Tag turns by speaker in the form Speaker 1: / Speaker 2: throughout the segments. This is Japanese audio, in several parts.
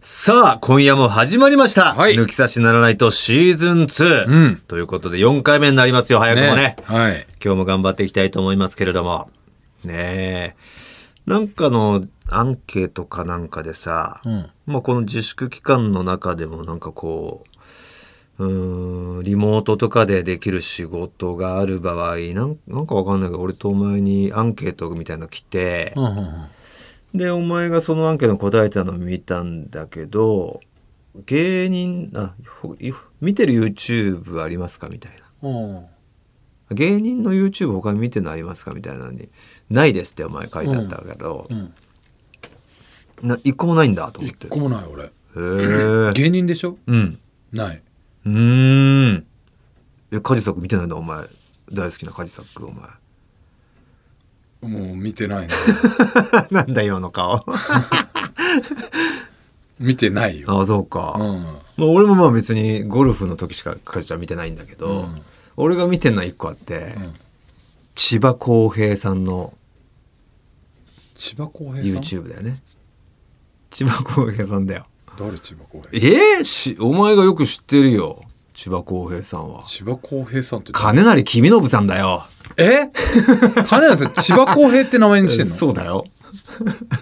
Speaker 1: さあ、今夜も始まりました。
Speaker 2: はい
Speaker 1: 抜き差しならないとシーズン2。
Speaker 2: うん
Speaker 1: ということで、4回目になりますよ、早くもね。
Speaker 2: はい。
Speaker 1: 今日も頑張っていきたいと思いますけれども。ねえ。なんかのアンケートかなんかでさ、
Speaker 2: うん
Speaker 1: まあこの自粛期間の中でもなんかこう、うーん、リモートとかでできる仕事がある場合、なんなんかわかんないけど、俺とお前にアンケートみたいの来て、
Speaker 2: うんうんうん
Speaker 1: でお前がそのアンケートに答えたのを見たんだけど芸人あほい見てる YouTube ありますかみたいな
Speaker 2: うん
Speaker 1: 芸人の YouTube 他に見てるのありますかみたいなのに「ないです」ってお前書いてあったけど、
Speaker 2: うん。
Speaker 1: な一個もないんだと思っ
Speaker 2: 一
Speaker 1: てへ
Speaker 2: 個もない俺。
Speaker 1: え
Speaker 2: 芸人でしょ
Speaker 1: うん
Speaker 2: ない。
Speaker 1: うーんえカジサック見てないんだお前大好きなカジサックお前
Speaker 2: もう見てないね。
Speaker 1: なんだ今の顔
Speaker 2: 見てないよ。
Speaker 1: あそうか、
Speaker 2: うん。
Speaker 1: まあ、俺もまあ別にゴルフの時しかカジちゃん見てないんだけど、
Speaker 2: うん
Speaker 1: 俺が見てるのは一個あって、
Speaker 2: ん
Speaker 1: 千葉公平さんの
Speaker 2: 千葉公平さん。
Speaker 1: YouTube だよね千葉公平さんだよ
Speaker 2: 誰千葉公平。
Speaker 1: えー、しお前がよく知ってるよ千葉公平さんは
Speaker 2: 千葉公平さんって。
Speaker 1: 金成公信さんだよ
Speaker 2: え？金田さん千葉公平って名前にしてん の？
Speaker 1: そうだよ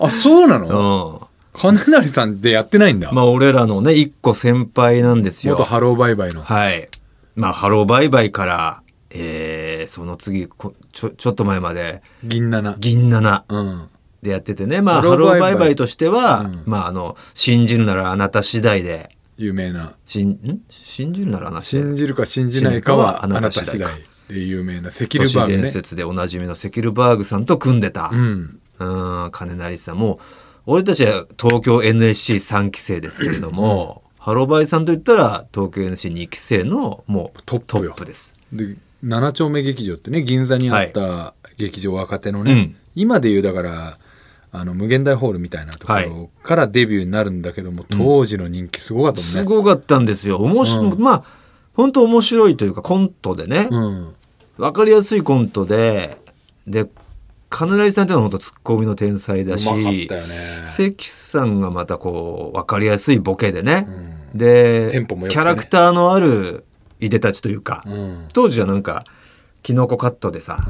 Speaker 2: あそうな
Speaker 1: う
Speaker 2: の？
Speaker 1: ん
Speaker 2: 金成さんでやってないんだ。
Speaker 1: まあ俺らのね一個先輩なんですよ
Speaker 2: 元ハローバイバイの。
Speaker 1: はい。まあ、ハローバイバイから、えー、その次こちょ、ちょっと前まで、
Speaker 2: 銀七。
Speaker 1: 銀七
Speaker 2: うん。
Speaker 1: でやっててね、まあ、ハ
Speaker 2: ハ
Speaker 1: ロ
Speaker 2: ロ
Speaker 1: ー
Speaker 2: ー
Speaker 1: バ
Speaker 2: バイバイ
Speaker 1: イバイとしては、
Speaker 2: うん
Speaker 1: まあ、あの、信じるならあなた次第で、
Speaker 2: 有名な。
Speaker 1: しんん信じるならあなた次
Speaker 2: 信
Speaker 1: 第
Speaker 2: じるか信じないかは
Speaker 1: 信
Speaker 2: あ
Speaker 1: じるかはあな
Speaker 2: な
Speaker 1: た
Speaker 2: た
Speaker 1: 次
Speaker 2: 次
Speaker 1: 第
Speaker 2: 第で有名なセキ
Speaker 1: 都
Speaker 2: ル
Speaker 1: 市
Speaker 2: バーグ
Speaker 1: 伝
Speaker 2: ね。
Speaker 1: 説でおなじみのセキルバーグさんと組んでた
Speaker 2: う、ん。
Speaker 1: うん、金成さんも、俺たちは東京 NSC3 期生ですけれども、ハローバイさんといったら東京 NSC2 期生のもう
Speaker 2: トッ
Speaker 1: ト
Speaker 2: プよ
Speaker 1: ップです。
Speaker 2: で7丁目劇場ってね銀座にあった劇場若手のね、
Speaker 1: うん
Speaker 2: 今でいうだからあの無限大ホールみたいなとこ
Speaker 1: はい
Speaker 2: ろからデビューになるんだけども、当時の人気すごかったも
Speaker 1: す
Speaker 2: んね。
Speaker 1: ごかったんですよ。面白い、
Speaker 2: う
Speaker 1: まあ、本当面白いというか、コントでね、
Speaker 2: うん、
Speaker 1: わ、かりやすいコントで、で、金成さんってのは本当ツッコミの天才だし、
Speaker 2: うまかったよね
Speaker 1: 関さんがまたこう、わかりやすいボケでね、
Speaker 2: う
Speaker 1: で、
Speaker 2: テンポも良く
Speaker 1: キ
Speaker 2: て
Speaker 1: ャ
Speaker 2: ね
Speaker 1: ラクターのあるいでたちというか、
Speaker 2: うん
Speaker 1: 当時はなんか、キノコカットでさ、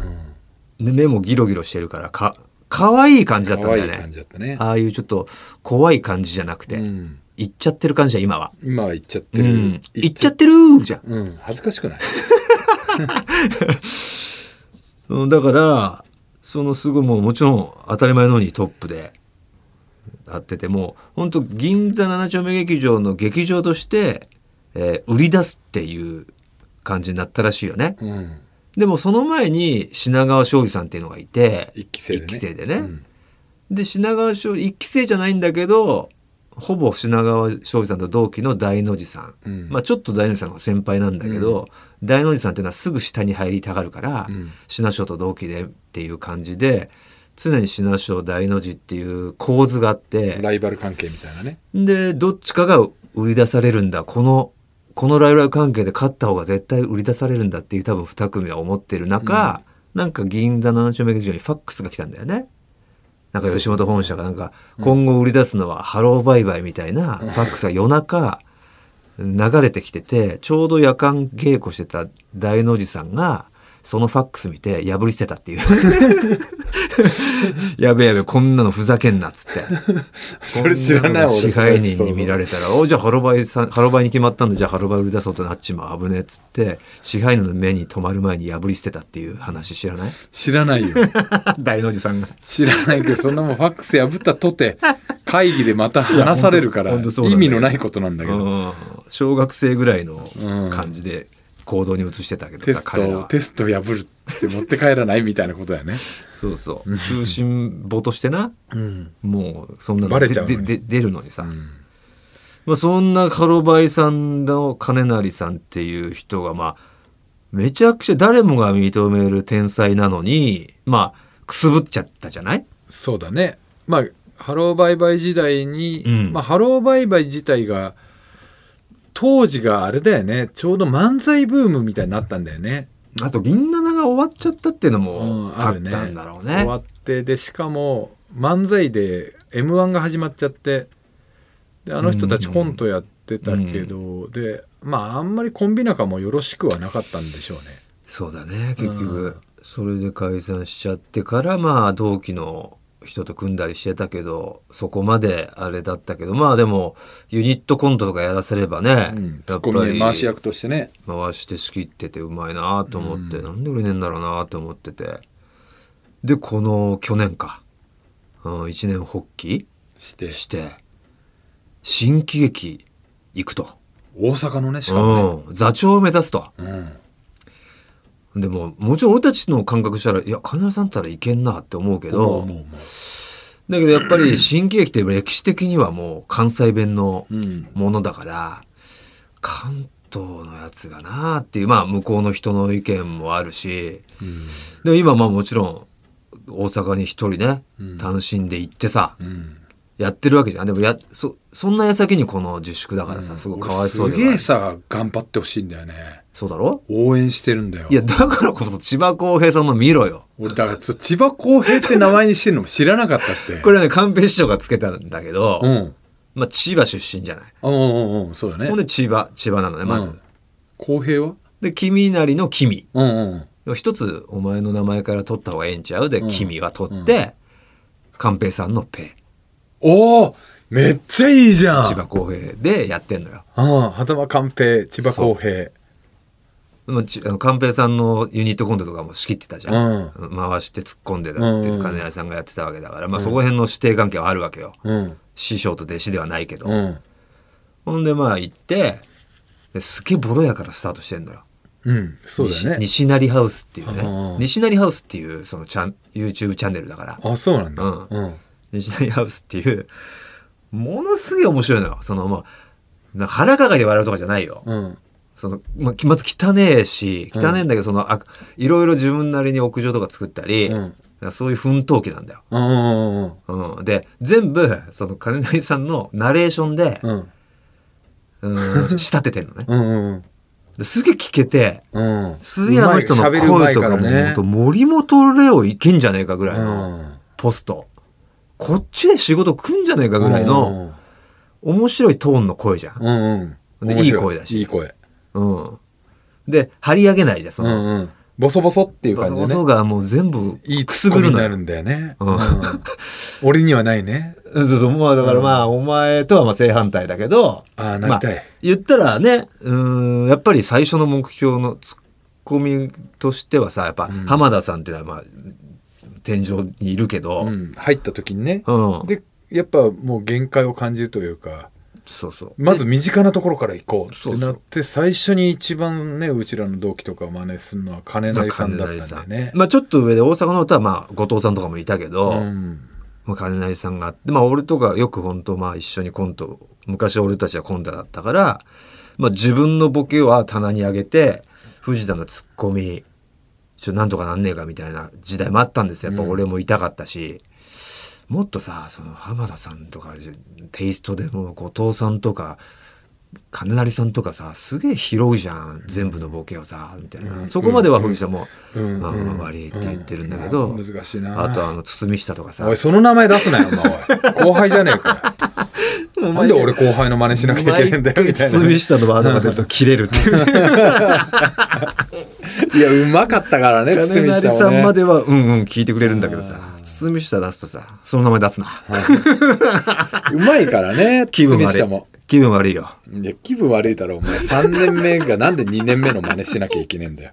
Speaker 1: で目もギロギロしてるから、か、可愛い感じだったん
Speaker 2: 可
Speaker 1: だ
Speaker 2: 愛
Speaker 1: よ
Speaker 2: い感
Speaker 1: ね
Speaker 2: じ。だったね。
Speaker 1: ああいうちょっと怖い感じじゃなくて、
Speaker 2: うん、
Speaker 1: 言っちゃってる感じだ、今は。
Speaker 2: 今は言っちゃって
Speaker 1: う
Speaker 2: る。
Speaker 1: ん。言っちゃ
Speaker 2: っ
Speaker 1: ってるじゃん。
Speaker 2: うん、恥ずかしくない。
Speaker 1: うんだから、そのすごいもうもちろん当たり前のようにトップであっててもう、本当銀座7丁目劇場の劇場として、えー売り出すっていう感じになったらしいよね。
Speaker 2: うん、
Speaker 1: でもその前に品川庄司さんっていうのがいて、
Speaker 2: 一期生でね。
Speaker 1: 一期生でね
Speaker 2: うん
Speaker 1: で品川庄一期生じゃないんだけどほぼ品川庄司さんと同期の大の字さん、
Speaker 2: うん
Speaker 1: まあ、ちょっと大の字さんの方が先輩なんだけど、大の字さんっていうのはすぐ下に入りたがるから、
Speaker 2: うん
Speaker 1: 品庄と同期でっていう感じで常に品庄大の字っていう構図があって
Speaker 2: ライバル関係みたい なね。
Speaker 1: でどっちかが売り出されるんだこのこのライバル関係で勝った方が絶対売り出されるんだっていう多分2組は思ってる中、なんか銀座7丁目劇場にファックスが来たんだよね。なんか吉本本社がなんか今後売り出すのはハローバイバイみたいなファックスが夜中流れてきててちょうど夜間稽古してた大の字さんがそのファックス見て破り捨てたっていうやべやべこんなのふざけんなっつって
Speaker 2: それ知らな
Speaker 1: こ
Speaker 2: い
Speaker 1: んの
Speaker 2: 俺
Speaker 1: 支配人に見られたら「おじゃあハロバイさんハロバイに決まったんでじゃあハロバイ売り出そうとなっちまう危ねえ」っつって支配人の目に留まる前に破り捨てたっていう話知ら ない
Speaker 2: 知らないよ。
Speaker 1: 大の字さんが。
Speaker 2: 知らないけどそんなもんファックス破ったとて会議でまた話されるから
Speaker 1: いや本当本当そうなんだ
Speaker 2: 意
Speaker 1: よ
Speaker 2: 味のないことなんだけど
Speaker 1: うん小学生ぐらいの感じで行動に移してたけどさ、
Speaker 2: テス
Speaker 1: 彼ら
Speaker 2: ト
Speaker 1: は
Speaker 2: テスト破るって持って帰らないみたいなことだよね。
Speaker 1: そうそう通信簿としてな
Speaker 2: うん
Speaker 1: もうそんなの
Speaker 2: バレちゃうの
Speaker 1: で
Speaker 2: に
Speaker 1: でで出るのにさ、まあ、そんなカロバイさんの金成さんっていう人がまあめちゃくちゃ誰もが認める天才なのにまあくすぶっちゃったじゃない
Speaker 2: そうだね。まあハローバイバイ時代に、
Speaker 1: うん
Speaker 2: まあハローバイバイ自体が当時があれだよねちょうど漫才ブームみたいになったんだよね。
Speaker 1: あと銀七が終わっちゃったっていうの
Speaker 2: う
Speaker 1: も
Speaker 2: ん
Speaker 1: あっ
Speaker 2: あ
Speaker 1: た
Speaker 2: るね
Speaker 1: んだろうね,、
Speaker 2: 終わってでしかも漫才で m 1が始まっちゃってであの人たちコントやってたけど、でまああんまりコンビ仲もよろしくはなかったんでしょうね
Speaker 1: そうだね結局それで解散しちゃってからまあ同期の人と組んだりしてたけどそこまであれだったけどまあでもユニットコントとかやらせればね、
Speaker 2: うんツ
Speaker 1: や
Speaker 2: ッ
Speaker 1: っ
Speaker 2: コ
Speaker 1: ぱ
Speaker 2: ミで
Speaker 1: り
Speaker 2: 回し役としてね
Speaker 1: 回して仕切っててうまいなと思って、なんで売れねえんだろうなと思っててでこの去年か、うん、一年発起
Speaker 2: して
Speaker 1: して新喜劇行くと、
Speaker 2: 大阪のねしかもね、
Speaker 1: うん、座長を目指すと。
Speaker 2: うん
Speaker 1: でももちろん俺たちの感覚したらいや金谷さんったらいけんなって思うけ
Speaker 2: もう
Speaker 1: ど
Speaker 2: もうも
Speaker 1: だけどやっぱり新喜劇って歴史的にはもう関西弁の
Speaker 2: う、うん、
Speaker 1: ものだから関東のやつがなっていうまあ向こうの人の意見もあるしでも今まあもちろん大阪に一人ね
Speaker 2: うん
Speaker 1: 単身で行ってさ
Speaker 2: うん、
Speaker 1: やってるわけじゃんでもやそそんな矢先にこの自粛だからさすごいかわいそう
Speaker 2: 俺
Speaker 1: です
Speaker 2: げえさ頑張ってほしいんだよね
Speaker 1: そうだろ
Speaker 2: 応援してるんだよ
Speaker 1: いやだからこそ千葉公平さんの見ろよ
Speaker 2: 俺だからそ千葉公平って名前にしてるのも知らなかったって
Speaker 1: これはね寛平師匠がつけたんだけど、
Speaker 2: うん
Speaker 1: まあ、千葉出身じゃない
Speaker 2: あうんうんうんそうだね
Speaker 1: ほんで千葉千葉なのねまず、
Speaker 2: うん公平は
Speaker 1: で君なりの君
Speaker 2: うんうん
Speaker 1: 一つお前の名前から取った方がええんちゃうで、
Speaker 2: うん
Speaker 1: 君は取って、寛平さんのペ
Speaker 2: おおめっちゃいいじゃん
Speaker 1: 千葉公平でやってんのよ。
Speaker 2: うん畑間寛平千葉公平
Speaker 1: まあちあの寛平さんのユニットコントとかも仕切ってたじゃん。
Speaker 2: うん
Speaker 1: 回して突っ込んでたっていう
Speaker 2: うん
Speaker 1: 金谷さんがやってたわけだから、まあそこら辺の師弟関係はあるわけよ。
Speaker 2: うん
Speaker 1: 師匠と弟子ではないけど。
Speaker 2: うん
Speaker 1: ほんでまあ行って、ですげえボロやからスタートしてんのよ。
Speaker 2: うんそうだよね
Speaker 1: 西西成ハウスっていう
Speaker 2: うん
Speaker 1: ね。西成ハウスっていうそのチャン YouTube チャンネルだから。
Speaker 2: あそうなんだ
Speaker 1: うん
Speaker 2: うん
Speaker 1: 西成ハウスっていう、ものすごい面白いのよ。その、まあ、な腹かがいで笑うとかじゃないよ。
Speaker 2: うん
Speaker 1: その、まあ、まず汚ねえし、汚ねえんだけど、その、あ、いろいろ自分なりに屋上とか作ったり、
Speaker 2: うん
Speaker 1: そういう奮闘期なんだよ。
Speaker 2: うんうん
Speaker 1: うん、で、全部、その、金成さんのナレーションで
Speaker 2: う、ん
Speaker 1: うん、仕立ててんのね。
Speaker 2: うんうん
Speaker 1: ですげえ聞けて、
Speaker 2: うんうん
Speaker 1: すげえあの人の声とかも、ほんと、森本レオいけんじゃねえかぐらいのポスト。こっちで仕事来んじゃねえかぐらいの、面白いトーンの声じゃん。
Speaker 2: うんうんうん
Speaker 1: でいい声だし
Speaker 2: いい声
Speaker 1: うん。で、張り上げないじゃん、そ
Speaker 2: うん
Speaker 1: の。
Speaker 2: うんボソボソっていう
Speaker 1: ボソ
Speaker 2: 感
Speaker 1: ボ
Speaker 2: じで
Speaker 1: ソ
Speaker 2: ね
Speaker 1: がもう全部
Speaker 2: いい
Speaker 1: く
Speaker 2: く
Speaker 1: す
Speaker 2: す
Speaker 1: ぐ
Speaker 2: ぐ
Speaker 1: る
Speaker 2: るに
Speaker 1: の
Speaker 2: な
Speaker 1: よ。
Speaker 2: るんだよね
Speaker 1: うん
Speaker 2: うん俺にはないね
Speaker 1: そうそう、まあだからまあ、お前とはまあ正反対だけど、
Speaker 2: ああなりたい
Speaker 1: まあ言ったらね、うーん、やっぱり最初の目標のツッコミとしてはさ、やっぱ
Speaker 2: ん
Speaker 1: 浜田さんっていうのはまあ、天井にいるけど、う。
Speaker 2: うんん入った時にねでやっぱもう限界を感じるというか
Speaker 1: そうそう。
Speaker 2: まず身近なところから行こう
Speaker 1: そうそ
Speaker 2: っ
Speaker 1: う
Speaker 2: てなって最初に一番ねうちらの同期とかを真似するのは金
Speaker 1: まあ、
Speaker 2: 成さん
Speaker 1: 金
Speaker 2: だった
Speaker 1: 成
Speaker 2: ん
Speaker 1: さん。
Speaker 2: だよね。
Speaker 1: まあ、ちょっと上で大阪の歌はまあ、後藤さんとかもいたけど、
Speaker 2: うん
Speaker 1: まあ、金成さんがあって、まあ、俺とかよく本当まあ一緒にコント昔俺たちはコントだったから、まあ、自分のボケは棚に上げて藤田のツッコミちょなんとかなんねえかみたいな時代もあったんですよやっぱ俺も痛かったし、もっとさその浜田さんとかじテイストでも後藤さんとか金成さんとかさすげえ拾うじゃん全部のボケをさみたいな、
Speaker 2: うん
Speaker 1: そこまでは藤田も「
Speaker 2: うん
Speaker 1: まあ
Speaker 2: うん
Speaker 1: まあ割」って言ってるんだけど、
Speaker 2: うん難しいな
Speaker 1: あとあの堤下とかさ
Speaker 2: おいその名前出すなよお前おい後輩じゃねえ かよなんで俺後輩の真似しなきゃいけないんだよみたいな
Speaker 1: 堤下のワードが出ると切れるっていうね
Speaker 2: いやうまかったからね
Speaker 1: 金成さ
Speaker 2: はね
Speaker 1: んまではうんうん聞いてくれるんだけどさ堤下出すとさその名前出すな
Speaker 2: うまいから ね
Speaker 1: 気分
Speaker 2: 堤
Speaker 1: 悪
Speaker 2: 下
Speaker 1: い
Speaker 2: も
Speaker 1: 気分悪いよ
Speaker 2: いや気分悪いだろお前3年目がなんで2年目の真似しなきゃいけねえんだよ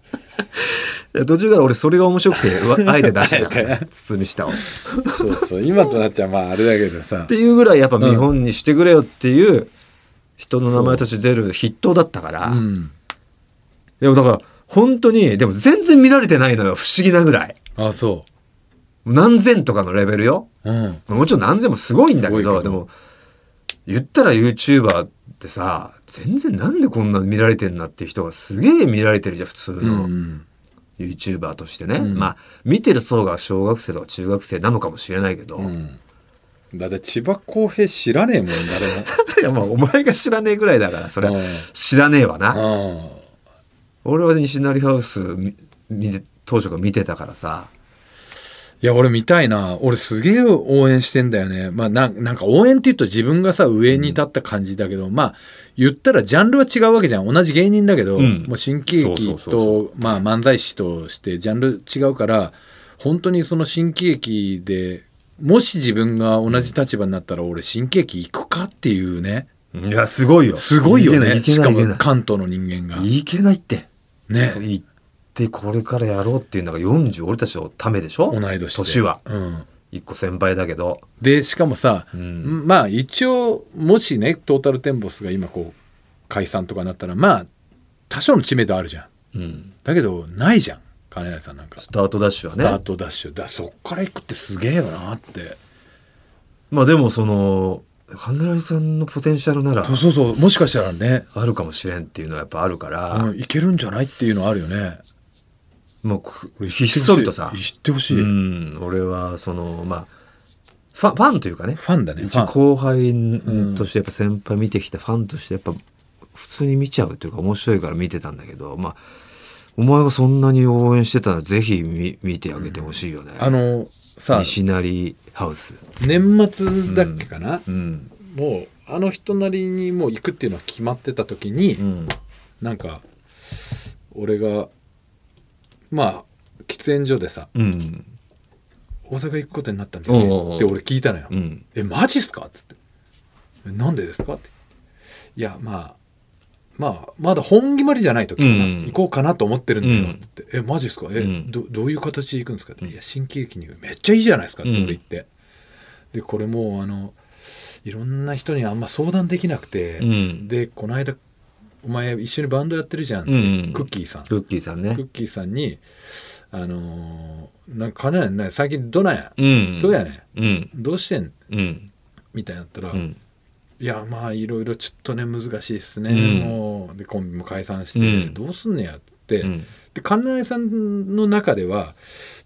Speaker 1: いや途中から俺それが面白くてうわあえて出してたからね堤下をっ
Speaker 2: そうそう今となっちゃまああれだけどさ
Speaker 1: ていうぐらいやっぱ見本にしてくれよっていう人の名前として出る筆頭だったから
Speaker 2: うん
Speaker 1: でもだから本当にでも全然見られてないのよ不思議なぐらい
Speaker 2: あそ
Speaker 1: 何千とかのレベルよ
Speaker 2: ううん
Speaker 1: もちろん何千もすごいんだけ
Speaker 2: すごい
Speaker 1: ど、
Speaker 2: けど
Speaker 1: でも、言ったら YouTuber ってさ、全然なんでこんな見られてんなっていう人がすげえ見られてるじゃん、普通
Speaker 2: うんう
Speaker 1: の
Speaker 2: ん
Speaker 1: YouTuber としてね。
Speaker 2: ん
Speaker 1: まあ、見てる層が小学生とか中学生なのかもしれないけど、
Speaker 2: う
Speaker 1: い
Speaker 2: んだって千葉公平知らねえもん誰
Speaker 1: や、
Speaker 2: も
Speaker 1: まあ、お前が知らねえぐらいだから、それは
Speaker 2: うん
Speaker 1: 知らねえわな。
Speaker 2: あ
Speaker 1: 俺は西成ハウス見見て当初から見てたからさ、
Speaker 2: あいや俺見たいな俺すげえ応援してんだよねまあななんか応援って言うと自分がさ上に立った感じだけど、まあ言ったらジャンルは違うわけじゃん同じ芸人だけど、
Speaker 1: うん
Speaker 2: もう新喜劇
Speaker 1: そうそうそう
Speaker 2: とまあ漫才師としてジャンル違うから本当にその新喜劇でもし自分が同じ立場になったら俺新喜劇行くかっていうね
Speaker 1: いやすごいよ
Speaker 2: すごいよね
Speaker 1: いけ
Speaker 2: し
Speaker 1: な
Speaker 2: か
Speaker 1: いいけな
Speaker 2: も
Speaker 1: い
Speaker 2: 関東の人間が
Speaker 1: いけないって
Speaker 2: ね
Speaker 1: 行ってこれからやろうっていうのが40俺たちのためでしょ
Speaker 2: 同い年で
Speaker 1: 年は
Speaker 2: うん
Speaker 1: 一個先輩だけど
Speaker 2: でしかもさ、
Speaker 1: ん
Speaker 2: まあ一応もしねトータルテンボスが今こう解散とかなったらまあ多少の知名度あるじゃ
Speaker 1: う
Speaker 2: ん
Speaker 1: ん
Speaker 2: だけどないじゃん金谷さんなんか、
Speaker 1: スタートダッシュは
Speaker 2: スター
Speaker 1: ね
Speaker 2: トダッシュだそっから行くってすげえよなって
Speaker 1: まあでもその花柳さんのポテンシャルなら
Speaker 2: そうそうそうもしかしたらね、
Speaker 1: あるかもしれんっていうのはやっぱあるから、
Speaker 2: うん、いけるんじゃないっていうのはあるよね
Speaker 1: もうくひっそりとさ
Speaker 2: 知ってほし
Speaker 1: う
Speaker 2: い、
Speaker 1: ん俺はそのまあファンファンというかね
Speaker 2: ファンだね
Speaker 1: 一
Speaker 2: ファン
Speaker 1: 後輩としてやっぱ先輩見てきたファンとしてやっぱ普通に見ちゃうというか面白いから見てたんだけどまあお前がそんなに応援してたらぜひ見見てあげてほしいよね、
Speaker 2: あのさ
Speaker 1: 西成ハウス、
Speaker 2: 年末だっけかな、
Speaker 1: うん
Speaker 2: もうあの人なりにもう行くっていうのは決まってた時に、
Speaker 1: うん、
Speaker 2: なんか俺がまあ喫煙所でさ
Speaker 1: うん
Speaker 2: 大阪行くことになったんだよね
Speaker 1: おうおうおう
Speaker 2: って俺聞いたのよ「
Speaker 1: うん
Speaker 2: えマジっすか?」っつって「えなんでですか?」って「いやまあまあまだ本決まりじゃない時かな、
Speaker 1: うん
Speaker 2: 行こうかなと思ってるんだ
Speaker 1: うん
Speaker 2: よ」っつって「えマジっすかえ、
Speaker 1: うん
Speaker 2: どどういう形で行くんですか?」って「いや新喜劇にめっちゃいいじゃないですか」って
Speaker 1: うん
Speaker 2: 俺言って、でこれもうあのいろんな人にあんま相談できなくて、
Speaker 1: うん
Speaker 2: でこの間お前一緒にバンドやってるじゃんって、
Speaker 1: うん
Speaker 2: クッキーさん
Speaker 1: クッキーさんね
Speaker 2: クッキーさんに「あのーなんか金やね最近どないや、
Speaker 1: うん
Speaker 2: どうやねん
Speaker 1: うん
Speaker 2: どうしてん?
Speaker 1: うん」
Speaker 2: みたいになったら「
Speaker 1: うん
Speaker 2: いやまあいろいろちょっとね難しいっすね、
Speaker 1: うん
Speaker 2: もうでコンビも解散して、
Speaker 1: うん
Speaker 2: どうすんねや」って、
Speaker 1: うん
Speaker 2: で金谷さんの中では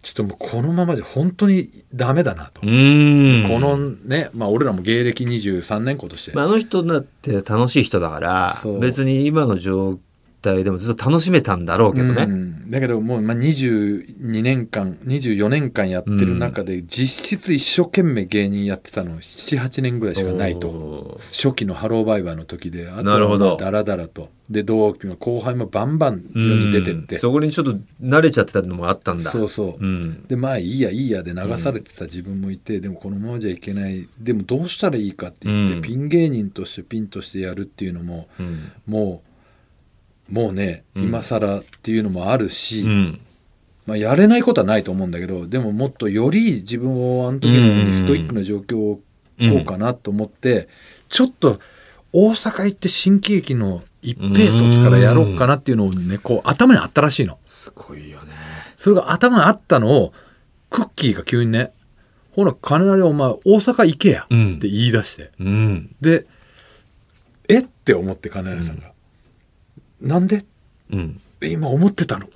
Speaker 2: ちょっともうこのままじゃ本当にダメだなと、
Speaker 1: うん
Speaker 2: このねまあ俺らも芸歴23年子として、
Speaker 1: まあ、あの人だって楽しい人だから
Speaker 2: そう
Speaker 1: 別に今の状態でもずっと楽しめたんだろうけどね、
Speaker 2: うんだけどもう、まあ、22年間24年間やってる中で、実質一生懸命芸人やってたの78年ぐらいしかない
Speaker 1: お
Speaker 2: と
Speaker 1: ー
Speaker 2: 初期のハローバイバーの時であと
Speaker 1: なるほ
Speaker 2: は
Speaker 1: ど
Speaker 2: まあダラダラとで同期の後輩もバンバン世に出てって、
Speaker 1: うんそこにちょっと慣れちゃってたのもあったんだ
Speaker 2: そうそう、
Speaker 1: うん
Speaker 2: でまあいいやいいやで流されてた自分もいて、でもこのままじゃいけないでもどうしたらいいかって言って、
Speaker 1: うん
Speaker 2: ピン芸人としてピンとしてやるっていうのも
Speaker 1: うん
Speaker 2: もうもうね
Speaker 1: うん
Speaker 2: 今更っていうのもあるし、
Speaker 1: うん
Speaker 2: まあ、やれないことはないと思うんだけどでももっとより自分をあの時のようにストイックな状況をこうかなと思って、ちょっと大阪行って新喜劇の一平卒からやろうかなっていうのをねこう頭にあったらしいの
Speaker 1: すごいよね
Speaker 2: それが頭にあったのをクッキーが急にね「ほら金なりお前大阪行けや」
Speaker 1: う
Speaker 2: っ
Speaker 1: ん
Speaker 2: て言い出して、
Speaker 1: うん
Speaker 2: で「えっ?」て思って金なりさんが「なんで?」
Speaker 1: うん
Speaker 2: 今思ってたの、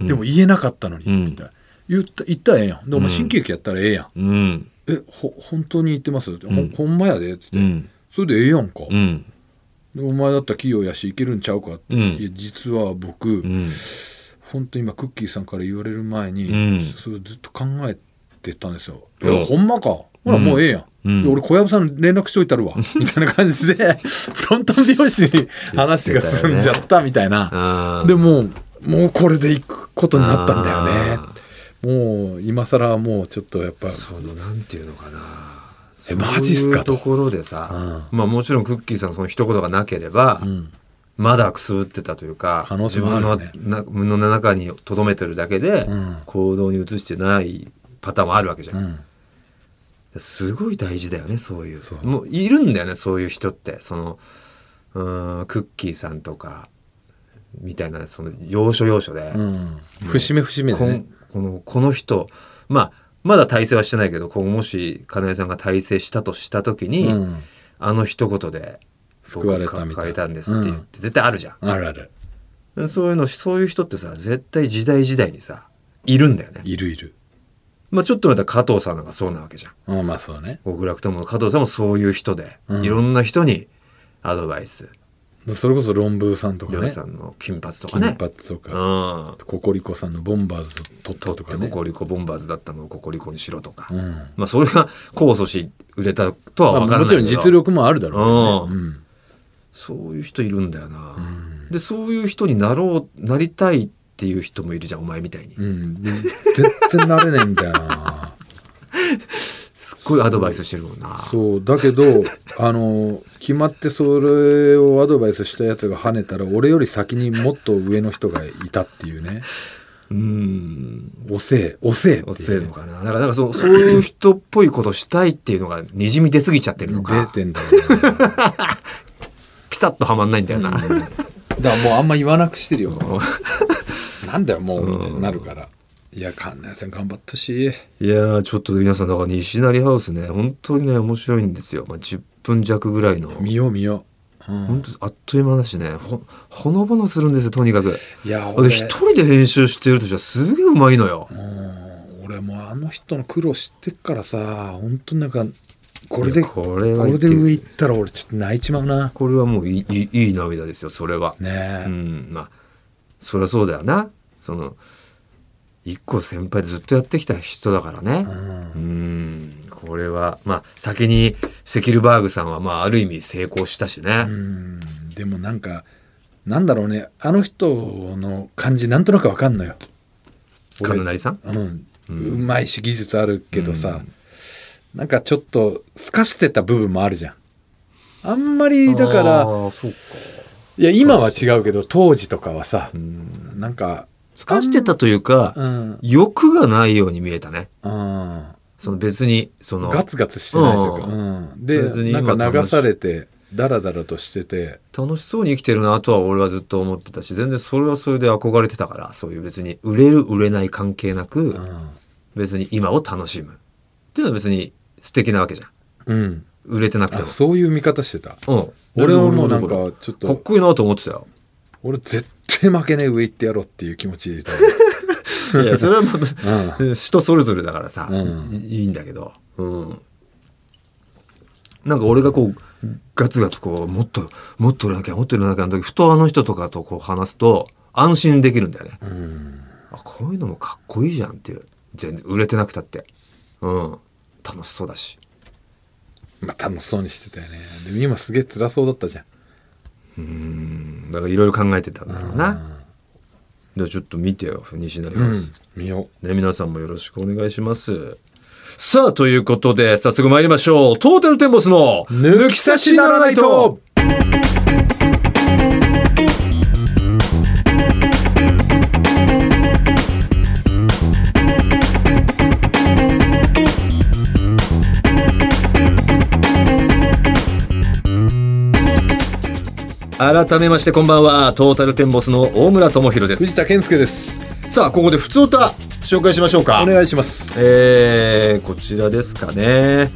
Speaker 1: うん
Speaker 2: でも言えなかったのに」っ
Speaker 1: うん
Speaker 2: て言ったら「言った言ったらええやん」で「お前新喜劇やったらええやん」
Speaker 1: うん
Speaker 2: えほ本当に言ってます?」って、
Speaker 1: ん
Speaker 2: ほ「ほんまやで」っつって、
Speaker 1: うん
Speaker 2: それでええやんか、
Speaker 1: う
Speaker 2: で
Speaker 1: ん
Speaker 2: お前だったら器用やしいけるんちゃうか」って、
Speaker 1: うん
Speaker 2: いや実は僕、
Speaker 1: うん
Speaker 2: 本当に今クッキーさんから言われる前に、
Speaker 1: うん
Speaker 2: それをずっと考えてたんですよ「
Speaker 1: うん
Speaker 2: いやほんまかほらもうええやん」
Speaker 1: うん
Speaker 2: で俺小籔さんに連絡しといたる わみたいな感じでトントン拍子に話が進んじゃったみたいな。
Speaker 1: あー
Speaker 2: でもうもうこれで行くことになったんだよね
Speaker 1: あ
Speaker 2: もう今更はもうちょっとやっぱ
Speaker 1: そのなんていうのかな
Speaker 2: えマジっすか
Speaker 1: そう
Speaker 2: と
Speaker 1: いうところでさ、まあもちろんクッキーさんのその一言がなければ、
Speaker 2: ん
Speaker 1: まだくすぶってたというか
Speaker 2: 可能性もあるよね
Speaker 1: 自分のな自分の中に留めてるだけで、
Speaker 2: うん
Speaker 1: 行動に移してないパターンもあるわけじゃん
Speaker 2: う、ん
Speaker 1: すごい大事だよねそういう
Speaker 2: そう
Speaker 1: もういるんだよねそういう人ってそのうーんクッキーさんとかみたいなその要所要所で、
Speaker 2: うん節目節目で
Speaker 1: こ
Speaker 2: ね
Speaker 1: んこのこの人まあまだ体制はしてないけど今後もし金井さんが体制したとした時に、
Speaker 2: うん
Speaker 1: あの一言で
Speaker 2: 救われたみたい
Speaker 1: 僕が変えたんですって言って、絶対あるじゃ
Speaker 2: あるある
Speaker 1: んそういうのそういう人ってさ絶対時代時代にさいるんだよね、
Speaker 2: いるいる
Speaker 1: まあ、ちょっとまた加藤さんなんかそうなわけじゃん
Speaker 2: うんまあそうね
Speaker 1: 極楽友の加藤さんもそういう人で、
Speaker 2: うん
Speaker 1: いろんな人にアドバイス
Speaker 2: それこそ論文さんと
Speaker 1: り
Speaker 2: か
Speaker 1: ょう
Speaker 2: ね
Speaker 1: さんの金髪とか
Speaker 2: 金
Speaker 1: ね。
Speaker 2: 髪とか、
Speaker 1: うん。
Speaker 2: ココリコさんのボンバーズ撮った
Speaker 1: 取
Speaker 2: と
Speaker 1: っ
Speaker 2: か
Speaker 1: て
Speaker 2: ね
Speaker 1: ココリコボンバーズだったのをココリコにしろとか。
Speaker 2: うん
Speaker 1: まあそれが控訴し売れたとは
Speaker 2: まあ
Speaker 1: 分からない
Speaker 2: もち
Speaker 1: けど、
Speaker 2: ろん実力もあるだろうけどね、
Speaker 1: そういう人いるんだよな、
Speaker 2: ん
Speaker 1: でそういう人になろうなりたいっていう人もいるじゃんお前みたいに、
Speaker 2: うんうん、で全然慣れないんだよな
Speaker 1: すっごいアドバイスしてるもんな
Speaker 2: そうだけど あの決まってそれをアドバイスしたやつが跳ねたら俺より先にもっと上の人がいたっていうね
Speaker 1: うん
Speaker 2: 遅え遅えっていうね
Speaker 1: 遅いのかなだからなんかそうそういう人っぽいことしたいっていうのがにじみ出すぎちゃってるの
Speaker 2: 出
Speaker 1: か
Speaker 2: てんだろうな
Speaker 1: ピタッとはまんないんだよな、
Speaker 2: だからもうあんま言わなくしてるよ なんだよもうみたいになるからいや関連戦頑張ったし
Speaker 1: いやーちょっと皆さんだから西成ハウスね本当にね面白いんですよ、まあ、10分弱ぐらいの
Speaker 2: 見よう見よう、うん
Speaker 1: 本当あっという間だしねほほのぼのするんですよとにかく。
Speaker 2: いや
Speaker 1: あで
Speaker 2: 俺
Speaker 1: 一人で編集してるとしたらすげえうまいのよ。
Speaker 2: うん俺もうあの人の苦労知ってっからさ本当なんかこれで
Speaker 1: いやこれは
Speaker 2: これで上行ったら俺ちょっと泣いちまうな
Speaker 1: これはもういいいいいい涙ですよそれは。
Speaker 2: ねえ、
Speaker 1: うんまあそりゃそうだよな。その一個先輩でずっとやってきた人だからね。
Speaker 2: うん
Speaker 1: うんこれはまあ先にセキルバーグさんはまあある意味成功したしね。
Speaker 2: うんでもなんかなんだろうねあの人の感じなんとなくわかんのよ俺
Speaker 1: 金成さん
Speaker 2: うん、うまいし技術あるけどさ、なんかちょっと透かしてた部分もあるじゃんあんまりだから
Speaker 1: あーそうか
Speaker 2: いや今は違うけど当時とかはさ、
Speaker 1: うん
Speaker 2: なんか
Speaker 1: 透かしてたというか、
Speaker 2: うん、
Speaker 1: 欲がないように見えたね
Speaker 2: うん、
Speaker 1: その別にその
Speaker 2: ガツガツしてないというか、
Speaker 1: う
Speaker 2: うん、
Speaker 1: 別
Speaker 2: で
Speaker 1: に
Speaker 2: な
Speaker 1: 今
Speaker 2: んか流
Speaker 1: 楽しい
Speaker 2: されてダラダラとしてて
Speaker 1: 楽しそうに生きてるなとは俺はずっと思ってたし全然それはそれで憧れてたからそういう別に売れる売れない関係なく、
Speaker 2: うん、
Speaker 1: 別に今を楽しむっていうのは別に素敵なわけじゃん
Speaker 2: うん、
Speaker 1: 売れてなく
Speaker 2: あ
Speaker 1: ても
Speaker 2: そういう見方してた
Speaker 1: うん
Speaker 2: 俺はもうなんか
Speaker 1: か
Speaker 2: ちょっ
Speaker 1: っ
Speaker 2: と
Speaker 1: こいいなと思ってたよ
Speaker 2: 俺絶対負けねえ上行ってやろうっていう気持ちでい たよ、
Speaker 1: いやそれはま
Speaker 2: うん
Speaker 1: あ、人それぞれだからさ、
Speaker 2: うん
Speaker 1: いいいんだけどうんなんか俺がこうガツガツこうもっともっと売れなきゃもっと売れなきゃの時ふとあの人とかとこう話すと安心できるんだよね
Speaker 2: うん
Speaker 1: あこういうのもかっこいいじゃんっていう全然売れてなくたってうん楽しそうだし
Speaker 2: まあ楽しそうにしてたよねでも今すげえ辛そうだったじゃん
Speaker 1: うんだからいろいろ考えてたんだろうなじゃあちょっと見てよ西成ハウス、
Speaker 2: 見よ
Speaker 1: ね皆さんもよろしくお願いしますさあということで早速参りましょうトータルテンボスの
Speaker 2: う
Speaker 1: 抜き差しならないと改めましてこんばんはトータルテンボスの大村智弘で
Speaker 2: 藤
Speaker 1: す
Speaker 2: 田健介です
Speaker 1: さあここで普通歌紹介しましょうか
Speaker 2: お願いします
Speaker 1: えーこちらですかね。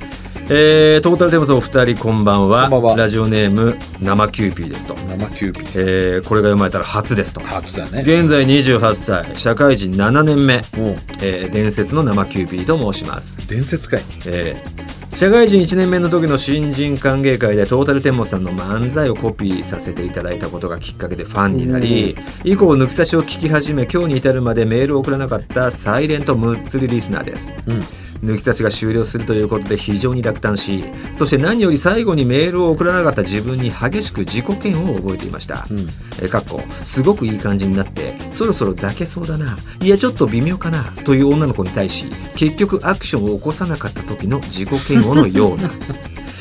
Speaker 1: えートータルテーマスお二人こんばんは。
Speaker 2: こんばんは
Speaker 1: ラジオネーム生キューピーですと。
Speaker 2: 生キューピーです
Speaker 1: えーこれが生まれたら初ですと。
Speaker 2: 初だね
Speaker 1: 現在28歳、社会人7年目、
Speaker 2: もう
Speaker 1: えー伝説の生キューピーと申します。
Speaker 2: 伝説界
Speaker 1: えー社会人1年目の時の新人歓迎会でトータルテンボスさんの漫才をコピーさせていただいたことがきっかけでファンになり以降抜き差しを聞き始め今日に至るまでメールを送らなかったサイレントムッツリリスナーです
Speaker 2: うん
Speaker 1: 抜き差しが終了するということで非常に落胆しそして何より最後にメールを送らなかった自分に激しく自己嫌悪を覚えていました、
Speaker 2: うん
Speaker 1: えーかっこすごくいい感じになってそろそろ抱けそうだないやちょっと微妙かなという女の子に対し結局アクションを起こさなかった時の自己嫌悪のような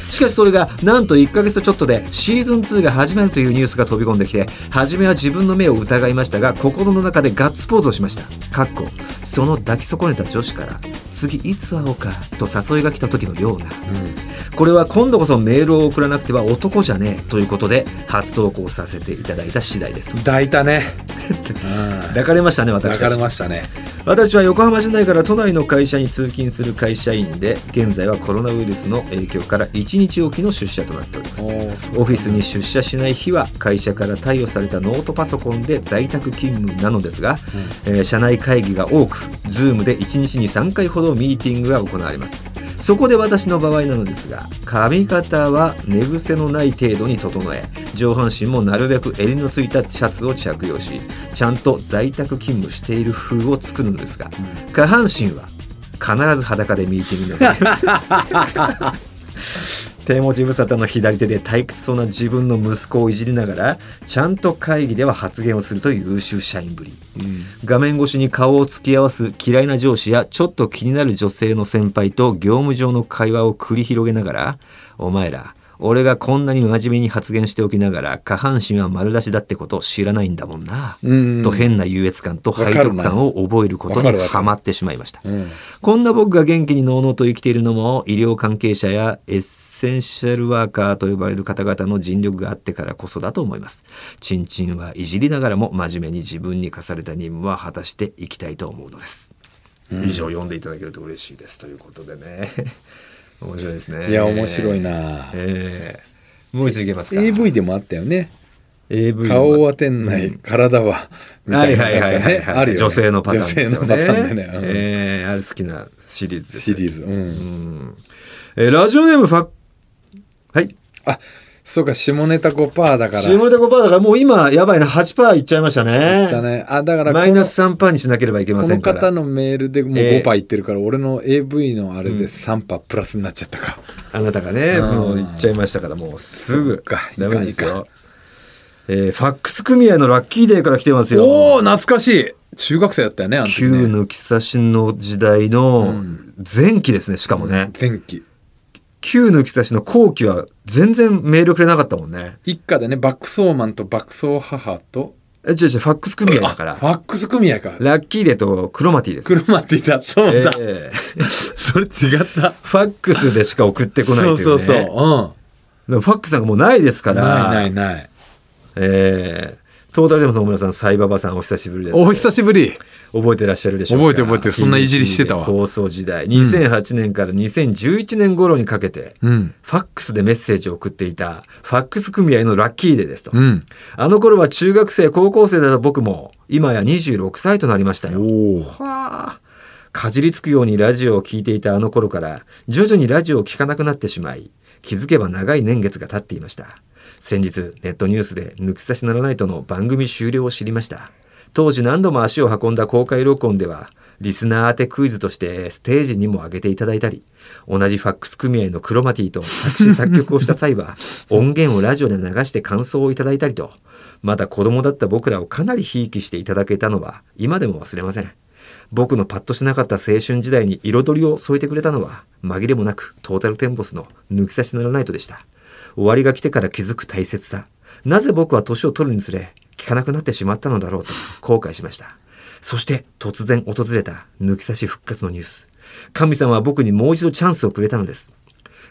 Speaker 1: しかしそれがなんと1ヶ月とちょっとでシーズン2が始まるというニュースが飛び込んできて初めは自分の目を疑いましたが心の中でガッツポーズをしましたかっこその抱き損ねた女子から次いつ会おうかと誘いが来た時のようなこれは今度こそメールを送らなくては男じゃねえということで初投稿させていただいた次第ですと
Speaker 2: 抱いたね
Speaker 1: 抱かれましたね
Speaker 2: 抱
Speaker 1: 私
Speaker 2: か
Speaker 1: た
Speaker 2: れ
Speaker 1: ち
Speaker 2: ましたね
Speaker 1: 私は横浜市内から都内の会社に通勤する会社員で現在はコロナウイルスの影響から1日おきの出社となっておりますオフィスに出社しない日は会社から貸与されたノートパソコンで在宅勤務なのですが、えー社内会議が多く Zoom で1日に3回ほどミーティングが行われますそこで私の場合なのですが髪型は寝癖のない程度に整え上半身もなるべく襟のついたシャツを着用しちゃんと在宅勤務している風を作るのですが下半身は必ず裸でミーティングに臨みます手持ち無沙汰の左手で退屈そうな自分の息子をいじりながらちゃんと会議では発言をするという優秀社員ぶり画面越しに顔を突き合わす嫌いな上司やちょっと気になる女性の先輩と業務上の会話を繰り広げながら「お前ら俺がこんなに真面目に発言しておきながら下半身は丸出しだってことを知らないんだもんな」
Speaker 2: うん
Speaker 1: と変な優越感と背徳感を覚えること
Speaker 2: わか
Speaker 1: に
Speaker 2: るわかる
Speaker 1: ハマってしまいました。
Speaker 2: うん
Speaker 1: こんな僕が元気にのうのうと生きているのも医療関係者やエッセンシャルワーカーと呼ばれる方々の尽力があってからこそだと思います。チンチンはいじりながらも真面目に自分に課された任務は果たしていきたいと思うのです。以上読んでいただけると嬉しいですということでね。 面白いですね。
Speaker 2: いや面白い。な、
Speaker 1: ええもう一度いけますか。
Speaker 2: AV でもあったよね
Speaker 1: AV
Speaker 2: 顔
Speaker 1: の
Speaker 2: は店内、体はみ
Speaker 1: は
Speaker 2: た
Speaker 1: い
Speaker 2: いな
Speaker 1: はいはい
Speaker 2: なんか
Speaker 1: はい
Speaker 2: ね
Speaker 1: はい、
Speaker 2: あるよね
Speaker 1: 女性のパターンですよね。
Speaker 2: 女性のパターンでね、うん
Speaker 1: ええあれ好きなシリーズですよね
Speaker 2: シリーズ、うん
Speaker 1: うんえーラジオネームファはい
Speaker 2: あそうか下ネタ5%だから
Speaker 1: CM で5%だからもう今やばいな8%いっちゃいましたね
Speaker 2: だねあだからこの
Speaker 1: マイナス3%にしなければいけま
Speaker 2: こ
Speaker 1: せん
Speaker 2: の
Speaker 1: から
Speaker 2: 方のメールでもう
Speaker 1: ええ
Speaker 2: 5%いってるから、俺の AV のあれで3%プラスになっちゃったか、
Speaker 1: あなたがね
Speaker 2: うん
Speaker 1: もういっちゃいましたからもうす
Speaker 2: そ
Speaker 1: ぐ
Speaker 2: っか
Speaker 1: ダメです
Speaker 2: いかんい
Speaker 1: よえーファックス組合のラッキーデーから来てますよ
Speaker 2: おお懐かしい中学生だったよねあの時
Speaker 1: 旧
Speaker 2: ね
Speaker 1: 抜き差しの時代の前期ですねしかもね
Speaker 2: 前期
Speaker 1: 旧抜き差しの後期は全然メールくれなかったもんね
Speaker 2: 一家でねバックソーマンとバックソー母と
Speaker 1: え違う違うファックス組合だか
Speaker 2: あ
Speaker 1: ら
Speaker 2: ファックス組合か
Speaker 1: ラッキーデーとクロマティです
Speaker 2: クロマティだそうだ、
Speaker 1: ええ
Speaker 2: それ違った
Speaker 1: ファックスでしか送ってこないとい
Speaker 2: そうう
Speaker 1: ね。
Speaker 2: そうそううん
Speaker 1: でもファックスなんかもうないですから。
Speaker 2: ないないない
Speaker 1: ええトータルでもさん、小村さん、サイババさん、お久しぶりです。
Speaker 2: お久しぶり
Speaker 1: 覚えてらっしゃるでしょうか
Speaker 2: 覚えてる覚えてるそんないじりしてたわ
Speaker 1: TBC 放送時代、2008年から2011年頃にかけて、
Speaker 2: うん
Speaker 1: ファックスでメッセージを送っていた、ファックス組合のラッキーデーですと。
Speaker 2: うん
Speaker 1: あの頃は中学生、高校生だった僕も、今や26歳となりましたよ。
Speaker 2: おお
Speaker 1: はあかじりつくようにラジオを聴いていたあの頃から徐々にラジオを聴かなくなってしまい気づけば長い年月が経っていました先日ネットニュースで「抜き差しならないと」の番組終了を知りました当時何度も足を運んだ公開録音ではリスナー宛てクイズとしてステージにも上げていただいたり同じファックス組合のクロマティと作詞作曲をした際は音源をラジオで流して感想をいただいたりとまだ子供だった僕らをかなりひいきしていただけたのは今でも忘れません僕のパッとしなかった青春時代に彩りを添えてくれたのは紛れもなくトータルテンボスの抜き差しならないとでした終わりが来てから気づく大切さなぜ僕は年を取るにつれ聞かなくなってしまったのだろうと後悔しましたそして突然訪れた抜き差し復活のニュース神様は僕にもう一度チャンスをくれたのです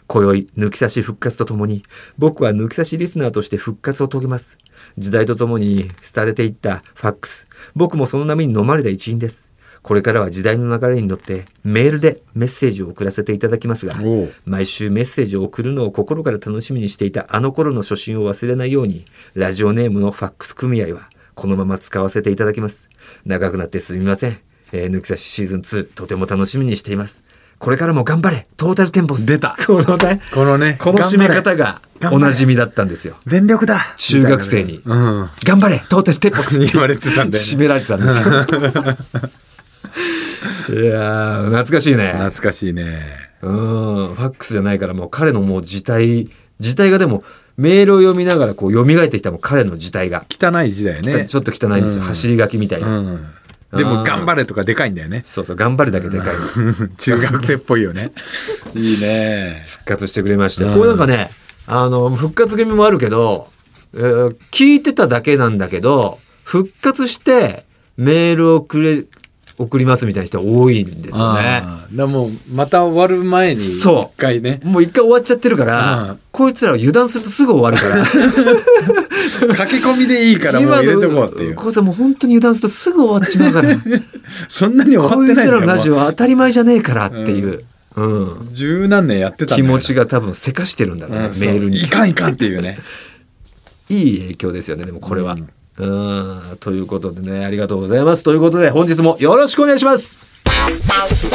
Speaker 1: 今宵、抜き差し復活とともに、僕は抜き差しリスナーとして復活を遂げます。時代とともに廃れていったファックス。僕もその波に飲まれた一員です。これからは時代の流れに乗って、メールでメッセージを送らせていただきますが
Speaker 2: おう、
Speaker 1: 毎週メッセージを送るのを心から楽しみにしていたあの頃の初心を忘れないように、ラジオネームのファックス組合は、このまま使わせていただきます。長くなってすみません。えー抜き差しシーズン2、とても楽しみにしています。これからも頑張れトータルテンボス
Speaker 2: 出た
Speaker 1: このね、
Speaker 2: このね
Speaker 1: この締め方が
Speaker 2: 頑張れ
Speaker 1: おなじみだったんですよ。
Speaker 2: 全力だ
Speaker 1: 中学生に。
Speaker 2: うん
Speaker 1: 頑張れトータルテンボス
Speaker 2: 言われてたんだよね
Speaker 1: 締められてたんです よ。いやー、懐かしいね。
Speaker 2: 懐かしいね
Speaker 1: うん、ファックスじゃないからもう彼のもう字体、字体がでもメールを読みながらこう蘇ってきたもう彼の字体が。
Speaker 2: 汚い時代ね
Speaker 1: ちょっと汚いんですよ。
Speaker 2: うん
Speaker 1: 走り書きみたいな。
Speaker 2: うんで
Speaker 1: あ
Speaker 2: も
Speaker 1: ー
Speaker 2: 「頑張れ」とかでかいんだよね
Speaker 1: そうそう、頑張るだけでかい。
Speaker 2: 中学生っぽいよね いいね
Speaker 1: 復活してくれましたよこれなんかね、あの、復活組もあるけど、えー聞いてただけなんだけど、復活してメールをくれ、送りますみたいな人多いんですよね。
Speaker 2: あーだからもうまた終わる前に
Speaker 1: そう
Speaker 2: 一回 ね
Speaker 1: もう一回終わっちゃってるから、
Speaker 2: うん
Speaker 1: こいつらは油断するとすぐ終わるから。
Speaker 2: 駆け込みでいいからもう入れとこうってい
Speaker 1: 今の
Speaker 2: う
Speaker 1: こいつらもう本当に油断するとすぐ終わっちまう から。
Speaker 2: そんなに終わ
Speaker 1: こ
Speaker 2: っ
Speaker 1: い
Speaker 2: てない
Speaker 1: つ
Speaker 2: ん
Speaker 1: ら
Speaker 2: だ
Speaker 1: のラジ
Speaker 2: よ
Speaker 1: オは当たり前じゃねえからっていう、うん
Speaker 2: もう十何年やってたん
Speaker 1: 気
Speaker 2: だから
Speaker 1: 持ちが多分せかしてるんだろうね、
Speaker 2: うん
Speaker 1: メールに。
Speaker 2: そういかんいかんっていう ね
Speaker 1: いい影響ですよね、でもこれは。う
Speaker 2: うんん、
Speaker 1: ということでね、ありがとうございます。ということで、本日もよろしくお願いします。
Speaker 3: Bye.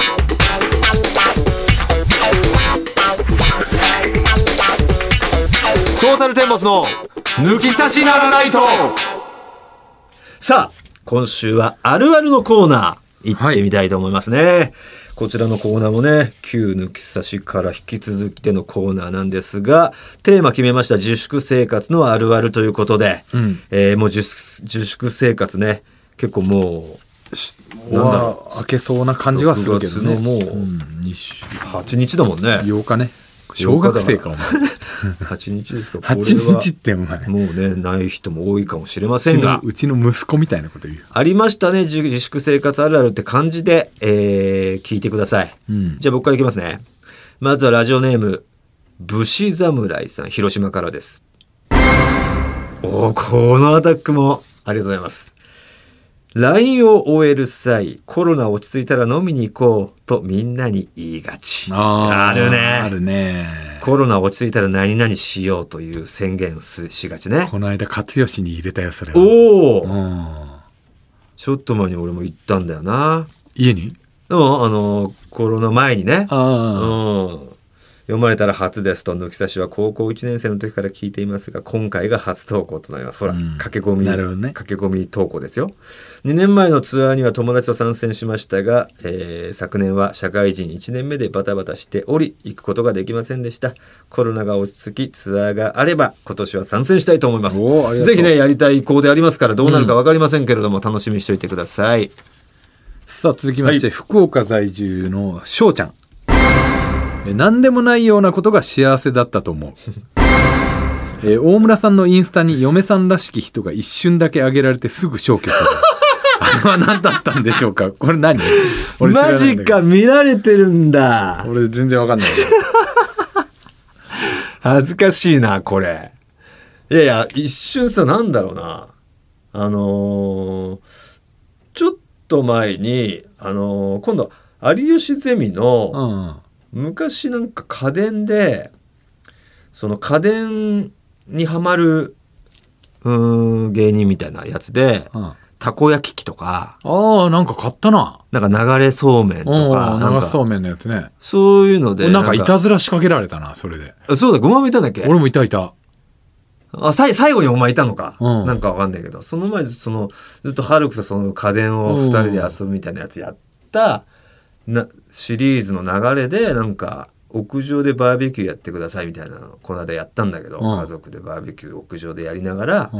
Speaker 1: トータルテンボスの抜き差しならないとさあ今週はあるあるのコーナー行ってみたいと思いますね、こちらのコーナーもね旧抜き差しから引き続きてのコーナーなんですがテーマ決めました自粛生活のあるあるということで、
Speaker 2: うん
Speaker 1: えーもう自粛自粛生活ね結構もうしなんだろ
Speaker 2: は開けそうな感じはするけどね
Speaker 1: 6月のもう
Speaker 2: うん、2週
Speaker 1: う8日だもんね
Speaker 2: 8日ね小学生かお前
Speaker 1: 8日ですかこれは
Speaker 2: 8日ってお前
Speaker 1: もうねない人も多いかもしれま
Speaker 2: う
Speaker 1: せ
Speaker 2: ち
Speaker 1: ん
Speaker 2: の
Speaker 1: が
Speaker 2: うちの息子みたいなこと言う
Speaker 1: ありましたね自自粛生活あるあるって感じで、えー聞いてください、
Speaker 2: うん
Speaker 1: じゃあ僕からいきますねまずはラジオネーム武士侍さん広島からですおおこのアタックもありがとうございます LINE を終える際コロナ落ち着いたら飲みに行こうとみんなに言いがち
Speaker 2: ー
Speaker 1: あるね
Speaker 2: あるね
Speaker 1: コロナ落ち着いたら何々しようという宣言すしがちね
Speaker 2: この間勝吉に入れたよそれは
Speaker 1: おお、
Speaker 2: うん
Speaker 1: ちょっと前に俺も行ったんだよな
Speaker 2: 家に
Speaker 1: でもあのコロナ前にねう
Speaker 2: ああ
Speaker 1: ん読まれたら初ですと抜き差しは高校1年生の時から聞いていますが今回が初投稿となりますほら、
Speaker 2: うん
Speaker 1: 駆け込み
Speaker 2: なるほどね
Speaker 1: 駆け込み投稿ですよ2年前のツアーには友達と参戦しましたが、えー昨年は社会人1年目でバタバタしており行くことができませんでしたコロナが落ち着きツアーがあれば今年は参戦したいと思います
Speaker 2: おーありがとう
Speaker 1: ぜひねやりたい意向でありますからどうなるか分かりませんけれども、楽しみにしておいてください
Speaker 2: さあ続きまして、福岡在住の翔ちゃんえ何でもないようなことが幸せだった と思うえ大村さんのインスタに嫁さんらしき人が一瞬だけ上げられてすぐ消去さ れたあれは何だったんでしょうかこれ何俺知らない
Speaker 1: マ
Speaker 2: んだけ
Speaker 1: ジ
Speaker 2: ど
Speaker 1: か見られてるんだ
Speaker 2: 俺全然わかんない
Speaker 1: 恥ずかしいなこれいやいや一瞬さなんだろうなあのーちょっと前にあのー今度有吉ゼミ
Speaker 2: う
Speaker 1: の
Speaker 2: ん
Speaker 1: 昔なんか家電でその家電にはまるうーん芸人みたいなやつで
Speaker 2: うん
Speaker 1: たこ焼き器とか
Speaker 2: ああなんか買ったな
Speaker 1: なんか流れそうめんとか
Speaker 2: うん
Speaker 1: な
Speaker 2: 流
Speaker 1: ん
Speaker 2: しそ
Speaker 1: か
Speaker 2: うめんのやつね
Speaker 1: そういうので
Speaker 2: 俺なんかいたずら仕掛けられたなそれで
Speaker 1: あそうだごまもいたんだっけ
Speaker 2: 俺もいたいた
Speaker 1: あさい最後にお前いたのか、
Speaker 2: うん
Speaker 1: なんかわかんないけどその前そのずっとハルクとその家電を2人で遊ぶみたいなやつやった、なシリーズの流れでなんか屋上でバーベキューやってくださいみたいなのこの間やったんだけど、
Speaker 2: うん
Speaker 1: 家族でバーベキュー屋上でやりながら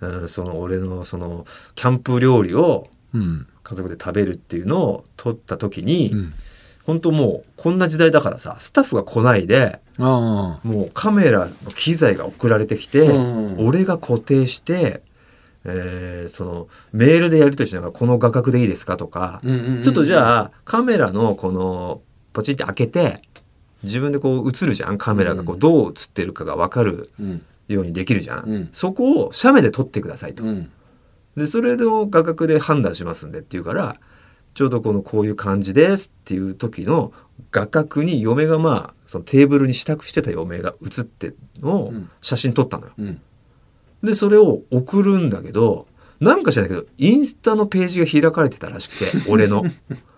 Speaker 2: う、ん、
Speaker 1: うん、その俺のそのキャンプ料理を
Speaker 2: うん
Speaker 1: 家族で食べるっていうのを撮った時に、
Speaker 2: うん、
Speaker 1: 本当もうこんな時代だからさスタッフが来ないで。
Speaker 2: あ
Speaker 1: もうカメラの機材が送られてきて、
Speaker 2: うん
Speaker 1: 俺が固定して、えーそのメールでやり取りしながらこの画角でいいですかとか、
Speaker 2: あ
Speaker 1: ちょっとじ
Speaker 2: あ
Speaker 1: ゃあカメラのこのパチンって開けて自分でこう映るじゃんカメラがこ
Speaker 2: う
Speaker 1: うどう映ってるかが分かる
Speaker 2: うん
Speaker 1: ようにできるじゃん、
Speaker 2: うん
Speaker 1: そこを写メで撮ってくださいと、
Speaker 2: うん
Speaker 1: でそれを画角で判断しますんでって言うからちょうどこのこういう感じですっていう時の画角に嫁がまあそのテーブルに支度してた嫁が写ってるのを
Speaker 2: うん
Speaker 1: 写真撮ったのよ。
Speaker 2: うん
Speaker 1: でそれを送るんだけどなんか知らないけどインスタのページが開かれてたらしくて 俺の。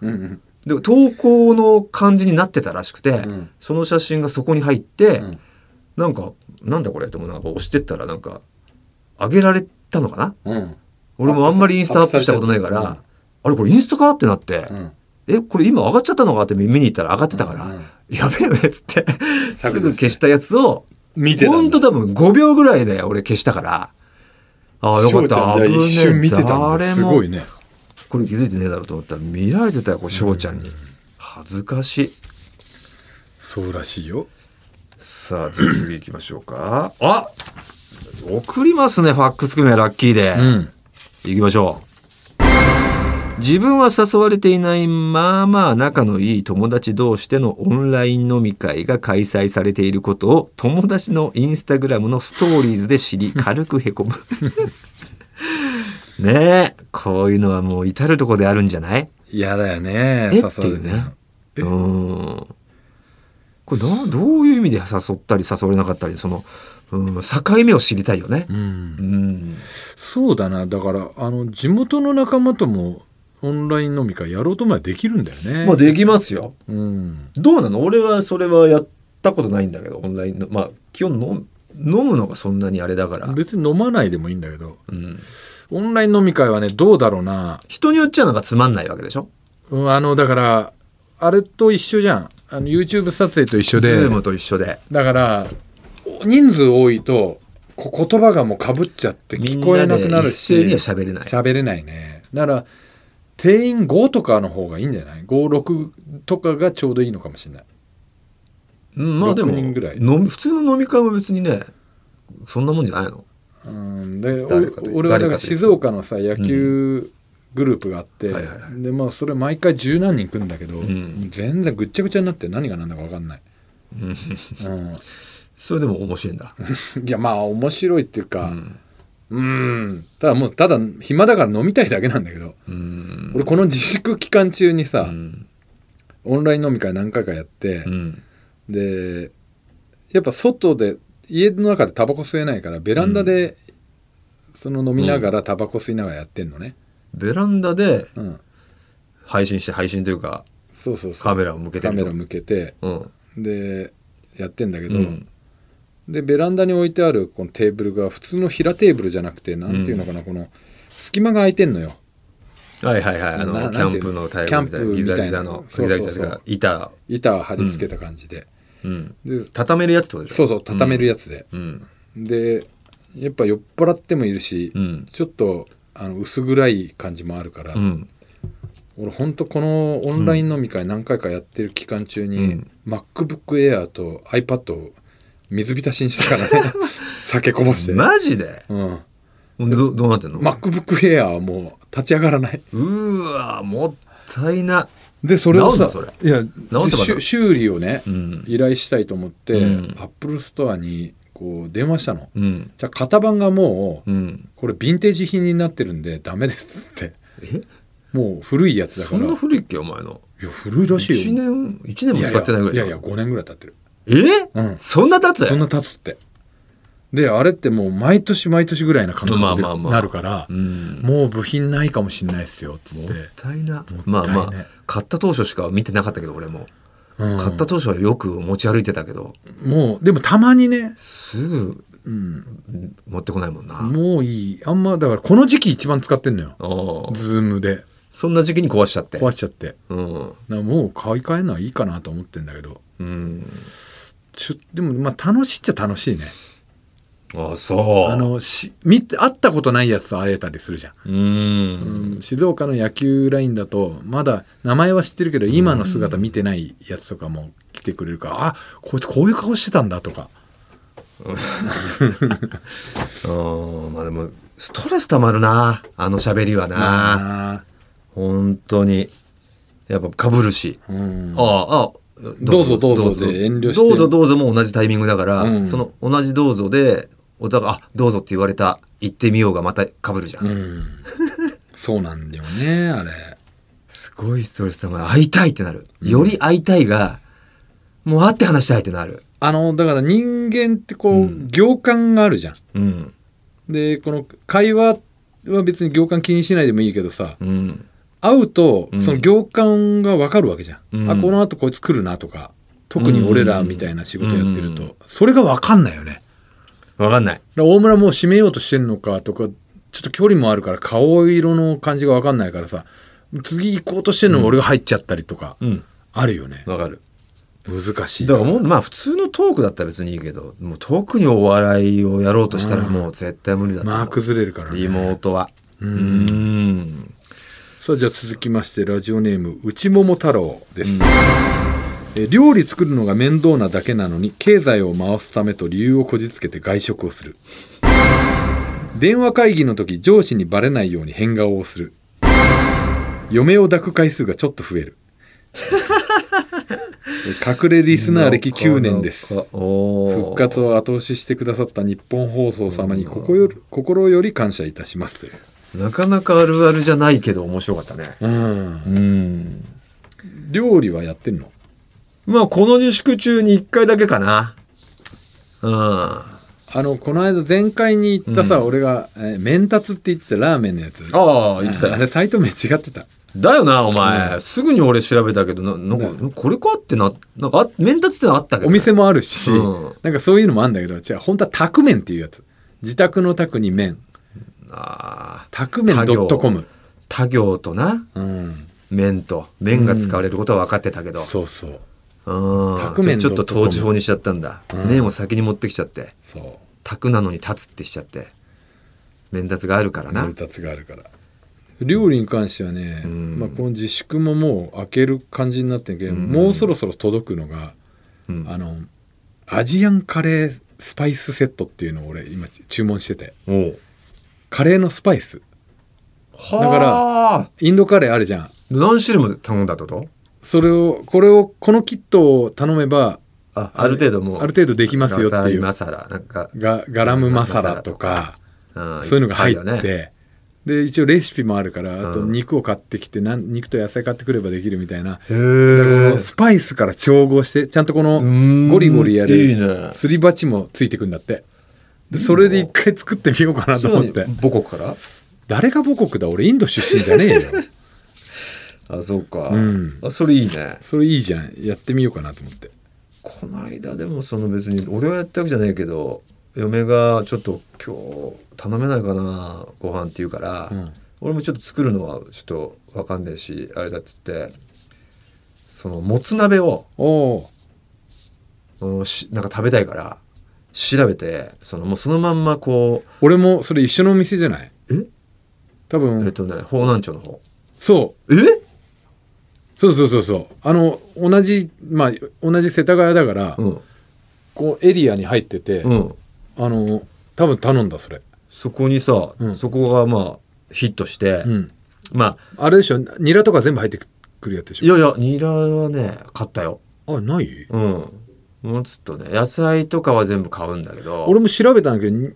Speaker 2: うん
Speaker 1: で投稿の感じになってたらしくて、
Speaker 2: うん
Speaker 1: その写真がそこに入って、
Speaker 2: うん
Speaker 1: なんかなんだこれと思うなんか押してったらなんか上げられたのかな
Speaker 2: うん
Speaker 1: 俺もあんまりインスタアップしたことないから、
Speaker 2: アップさ
Speaker 1: あれこれインスタかってなって、
Speaker 2: うん
Speaker 1: え、これ今上がっちゃったのかって見に行ったら上がってたから、
Speaker 2: うんうん
Speaker 1: やべえやべえっつって、す
Speaker 2: 削除して
Speaker 1: ぐ消したやつを、
Speaker 2: 見てたんだ
Speaker 1: ほんと多分5秒ぐらいで俺消したから、ああよかっ
Speaker 2: 翔ち
Speaker 1: た。
Speaker 2: ゃんじゃあ
Speaker 1: 危ねえ
Speaker 2: 一瞬見てたんだ
Speaker 1: 誰
Speaker 2: す
Speaker 1: も
Speaker 2: ごい、ね
Speaker 1: これ気づいてねえだろうと思ったら見られてたよ、こう翔ちゃんに。恥ずかしい。
Speaker 2: そうらしいよ
Speaker 1: さあ、じゃあ次行きましょうか。あ送りますね、ファックス組はラッキーで。
Speaker 2: うん
Speaker 1: 行きましょう。自分は誘われていないまあまあ仲のいい友達同士でのオンライン飲み会が開催されていることを友達のインスタグラムのストーリーズで知り軽くへこむ。 ねえこういうのはもう至る所であるんじゃない
Speaker 2: 嫌だよね
Speaker 1: えっていうね。うーんこれなどういう意味で誘ったり誘われなかったりその、うん、境目を知りたいよね
Speaker 2: う。ん
Speaker 1: うん
Speaker 2: そうだなだからあの地元の仲間ともオンライン飲み会やろうと思えばできるんだよね
Speaker 1: まあできますよ。
Speaker 2: うん
Speaker 1: どうなの俺はそれはやったことないんだけどオンラインのまあ基本の飲むのがそんなにあれだから、
Speaker 2: 別に飲まないでもいいんだけど
Speaker 1: うん、
Speaker 2: オンライン飲み会はねどうだろうな
Speaker 1: 人によっちゃなんかつまんないわけでしょ
Speaker 2: うんあのだからあれと一緒じゃんあの YouTube 撮影と一緒
Speaker 1: ズ
Speaker 2: で
Speaker 1: ームと一緒で
Speaker 2: だから人数多いとこ言葉がもうかぶっちゃって聞こえなくなるし
Speaker 1: みんなで一斉には喋れない
Speaker 2: 喋れないねだから定員5とかの方がいいんじゃない56とかがちょうどいいのかもしれない
Speaker 1: うんまあでも
Speaker 2: 6人ぐらい
Speaker 1: 飲み普通の飲み会も別にねそんなもんじゃないの
Speaker 2: うんでお
Speaker 1: 誰かと
Speaker 2: 俺はだ
Speaker 1: 誰かとい
Speaker 2: から
Speaker 1: うと
Speaker 2: 静岡のさ野球グループがあって、
Speaker 1: はいはいは
Speaker 2: でまあそれ毎回十何人来るんだけど、
Speaker 1: ん
Speaker 2: 全然ぐっちゃぐちゃになって何が何だか分かんない、うん、
Speaker 1: それでも面白いん だ
Speaker 2: いやまあ面白いっていうかうんただもうただ暇だから飲みたいだけなんだけど、
Speaker 1: うん
Speaker 2: 俺この自粛期間中にさ、
Speaker 1: うん
Speaker 2: オンライン飲み会何回かやって
Speaker 1: う、ん
Speaker 2: でやっぱ外で家の中でタバコ吸えないからベランダで、その飲みながらタバコ吸いながらやってんのね、
Speaker 1: ベランダで
Speaker 2: うん、
Speaker 1: 配信して配信というか
Speaker 2: そうそうそう
Speaker 1: カメラを向けて
Speaker 2: カメ
Speaker 1: る
Speaker 2: ラ向けて
Speaker 1: とうん
Speaker 2: でやってんだけど、
Speaker 1: うん
Speaker 2: でベランダに置いてあるこのテーブルが普通の平テーブルじゃなくてなんていうのかな、この隙間が空いてんのよ
Speaker 1: はいはいはいあ
Speaker 2: な
Speaker 1: のキ
Speaker 2: な
Speaker 1: ャ
Speaker 2: んてい
Speaker 1: ン
Speaker 2: う
Speaker 1: プ
Speaker 2: の
Speaker 1: のタイプみ
Speaker 2: キ
Speaker 1: たい
Speaker 2: ャンプ
Speaker 1: なギ
Speaker 2: み
Speaker 1: ザ
Speaker 2: たいな
Speaker 1: ギザの
Speaker 2: そ
Speaker 1: ギ
Speaker 2: うそうそ
Speaker 1: ザ
Speaker 2: う
Speaker 1: ギザが板
Speaker 2: 板を貼り付けた感じで、
Speaker 1: うん
Speaker 2: で
Speaker 1: 畳めるやつってことでしょ
Speaker 2: そうそう畳めるやつで、
Speaker 1: うん
Speaker 2: でやっぱ酔っ払ってもいるし、
Speaker 1: うん
Speaker 2: ちょっとあの薄暗い感じもあるから、
Speaker 1: うん
Speaker 2: 俺ほんとこのオンライン飲み会何回かやってる期間中に、
Speaker 1: うん
Speaker 2: MacBookAir と iPad を水浸しにしてから ね酒こぼして、
Speaker 1: マジで
Speaker 2: うん、
Speaker 1: どどうなってんの
Speaker 2: MacBookAir はもう立ち上がらないう
Speaker 1: ーわもったいな
Speaker 2: でそれをさ
Speaker 1: 直んの
Speaker 2: いや
Speaker 1: 直せば
Speaker 2: で
Speaker 1: なる
Speaker 2: 修修理をね、
Speaker 1: うん
Speaker 2: 依頼したいと思って、
Speaker 1: うん
Speaker 2: アップルストアにこう電話したの、
Speaker 1: うん
Speaker 2: じゃあ型番がもう、
Speaker 1: うん
Speaker 2: これヴィンテージ品になってるんでダメですって
Speaker 1: え
Speaker 2: もう古いやつだ
Speaker 1: そ
Speaker 2: から
Speaker 1: ん
Speaker 2: い
Speaker 1: な
Speaker 2: や
Speaker 1: 古いっけお前の
Speaker 2: 古いらしい
Speaker 1: 1
Speaker 2: よ
Speaker 1: 年一年も使ってないぐらい
Speaker 2: い
Speaker 1: だよ
Speaker 2: やいや5年ぐらい経ってる
Speaker 1: え、
Speaker 2: うん
Speaker 1: そんな経つ
Speaker 2: そんな経つってであれってもう毎年毎年ぐらいな感
Speaker 1: まあ
Speaker 2: 覚
Speaker 1: まあま
Speaker 2: に
Speaker 1: あ
Speaker 2: なるから
Speaker 1: うん
Speaker 2: もう部品ないかもしれないっすよっつっ
Speaker 1: も
Speaker 2: て、
Speaker 1: ったいな
Speaker 2: も
Speaker 1: ま
Speaker 2: っ
Speaker 1: あ
Speaker 2: たいね
Speaker 1: まあ買った当初しか見てなかったけど俺も、
Speaker 2: うん
Speaker 1: 買った当初はよく持ち歩いてたけど
Speaker 2: もうでもたまにね、
Speaker 1: すぐ
Speaker 2: うん、
Speaker 1: ん持ってこないもんな、
Speaker 2: もういいあんまだからこの時期一番使ってんのよ
Speaker 1: おー
Speaker 2: ズームで
Speaker 1: そんな時期に壊しちゃって
Speaker 2: 壊しちゃって
Speaker 1: うん
Speaker 2: なもう買い替えるのはいいかなと思ってんだけど
Speaker 1: うん
Speaker 2: ちょでもまあ楽しいっちゃ楽しいね
Speaker 1: あそう
Speaker 2: あのし見て会ったことないやつと会えたりするじゃん、
Speaker 1: う
Speaker 2: うんん静岡の野球ラインだとまだ名前は知ってるけど今の姿見てないやつとかも来てくれるから、あこいつこういう顔してたんだとか
Speaker 1: うんまあでもストレスたまるなあの喋りはな
Speaker 2: あ
Speaker 1: 本当にやっぱかぶるし
Speaker 2: あうん
Speaker 1: ああ、ああ、
Speaker 2: どうぞどうぞで遠慮して
Speaker 1: どうぞどうぞも同じタイミングだから、
Speaker 2: うん
Speaker 1: その同じどうぞで、お互い、あ、どうぞって言われた、行ってみようがまた被るじゃん。
Speaker 2: うん、そうなんだよねあれ
Speaker 1: すごいストレスたまる会いたいってなる。より会いたいが、もう会って話したいってなる。
Speaker 2: あのだから人間ってこう、行間があるじゃん
Speaker 1: うん。
Speaker 2: でこの会話は別に行間気にしないでもいいけどさ
Speaker 1: うん。
Speaker 2: 会うと
Speaker 1: うん
Speaker 2: その行間が分かるわけじゃん、
Speaker 1: うん
Speaker 2: あこのあとこいつ来るなとか特に俺らみたいな仕事やってると、
Speaker 1: う
Speaker 2: それが分かんないよね
Speaker 1: わかんない。
Speaker 2: だから大村もう閉めようとしてるのかとかちょっと距離もあるから顔色の感じが分かんないからさ次行こうとしてるのに俺が入っちゃったりとか、
Speaker 1: うん。
Speaker 2: あるよね
Speaker 1: わかる。
Speaker 2: 難しい
Speaker 1: だからもう、まあ普通のトークだったら別にいいけど、もう特にお笑いをやろうとしたらもう絶対無理だと思う
Speaker 2: まあ崩れるからね
Speaker 1: リモートは。
Speaker 2: うん
Speaker 1: うん
Speaker 2: さあじゃあ続きましてラジオネーム内桃太郎です、えー料理作るのが面倒なだけなのに経済を回すためと理由をこじつけて外食をする電話会議の時上司にバレないように変顔をする嫁を抱く回数がちょっと増 えるえー隠れリスナー歴9年です
Speaker 1: なかなかおー
Speaker 2: 復活を後押ししてくださった日本放送様にここより心より感謝いたしますという
Speaker 1: なかなかあるあるじゃないけど面白かったね。
Speaker 2: うん
Speaker 1: うん。
Speaker 2: 料理はやってんの
Speaker 1: まあこの自粛中に一回だけかな。うん。
Speaker 2: あのこの間前回に行ったさ、俺が、えー、メンタツって言ってラーメンのやつ
Speaker 1: ああ、言ってた
Speaker 2: あ
Speaker 1: よ。
Speaker 2: れサイト名違ってた
Speaker 1: だよな、お前、すぐに俺調べたけど、ななんか、これかってな、なんか、あメンタツってのあったけどね。
Speaker 2: お店もあるし、
Speaker 1: うん
Speaker 2: なんかそういうのもあるんだけど違う本当はタクメンっていうやつ自宅のタクに麺
Speaker 1: ああ、
Speaker 2: タクメンドットコム
Speaker 1: 他行とな、
Speaker 2: うん
Speaker 1: 麺と、麺が使われることは分かってたけど。
Speaker 2: そうそう
Speaker 1: うん。
Speaker 2: 宅麺
Speaker 1: ちょっと
Speaker 2: .com
Speaker 1: 当時法にしちゃったんだ。麺を先に持ってきちゃって。
Speaker 2: そ
Speaker 1: 卓なのに立つってしちゃって。面立つがあるから
Speaker 2: うメ
Speaker 1: な
Speaker 2: ン。タツがあるから料理に関してはね、
Speaker 1: うん
Speaker 2: まあ、この自粛ももう開ける感じになってるけど、もうそろそろ届くのが、
Speaker 1: うん
Speaker 2: あのアジアンカレースパイスセットっていうのを俺今注文してて
Speaker 1: おう
Speaker 2: カレーのスパイス
Speaker 1: は
Speaker 2: だ
Speaker 1: から、
Speaker 2: インドカレーあるじゃん
Speaker 1: 何種類も頼んだってこと
Speaker 2: それをこれをこのキットを頼めば
Speaker 1: あ、ある程度もう。
Speaker 2: ある程度できますよっていう
Speaker 1: マサラ、なんか、
Speaker 2: がガラムマサラとか
Speaker 1: うん
Speaker 2: そういうのが入っ
Speaker 1: っぱいあるよね
Speaker 2: てで一応レシピもあるからあと
Speaker 1: うん
Speaker 2: 肉を買ってきてなん肉と野菜買ってくればできるみたいな
Speaker 1: へ
Speaker 2: こ
Speaker 1: ー
Speaker 2: のスパイスから調合してちゃんとこの
Speaker 1: ん
Speaker 2: ゴリゴリや
Speaker 1: いいね
Speaker 2: るすり鉢もついてくんだってでそれで一回作ってみようかなと思って
Speaker 1: 母国から
Speaker 2: 誰が母国だ俺インド出身じゃね えよ
Speaker 1: あ、そうか。
Speaker 2: うん
Speaker 1: あ、それいいね。
Speaker 2: それいいじゃんやってみようかなと思って
Speaker 1: この間でもその別に俺はやったわけじゃないけど嫁がちょっと今日頼めないかなご飯って言うから、
Speaker 2: うん
Speaker 1: 俺もちょっと作るのはちょっとわかんないしあれだっつってそのもつ鍋を
Speaker 2: おお
Speaker 1: うんしなんか食べたいから調べてそのもうそのまんまこ
Speaker 2: 俺もそれ一緒のお店じゃないう
Speaker 1: え
Speaker 2: 多
Speaker 1: う、えっ
Speaker 2: 分
Speaker 1: とね方南町の方
Speaker 2: そう
Speaker 1: え
Speaker 2: そうそうそうそうあの同じまあ同じ世田谷だから、
Speaker 1: うん
Speaker 2: こうエリアに入ってて、
Speaker 1: うん
Speaker 2: あの多分頼んだそれ、
Speaker 1: そこにさ、
Speaker 2: うん
Speaker 1: そこがまあヒットして、
Speaker 2: うん、
Speaker 1: まあ
Speaker 2: あれでしょニラとか全部入ってくるやつで
Speaker 1: い
Speaker 2: し
Speaker 1: やいやニラはね買ったよ
Speaker 2: ょあない
Speaker 1: うん。もつとね、野菜とかは全部買うんだけど。
Speaker 2: 俺も調べたんだけどに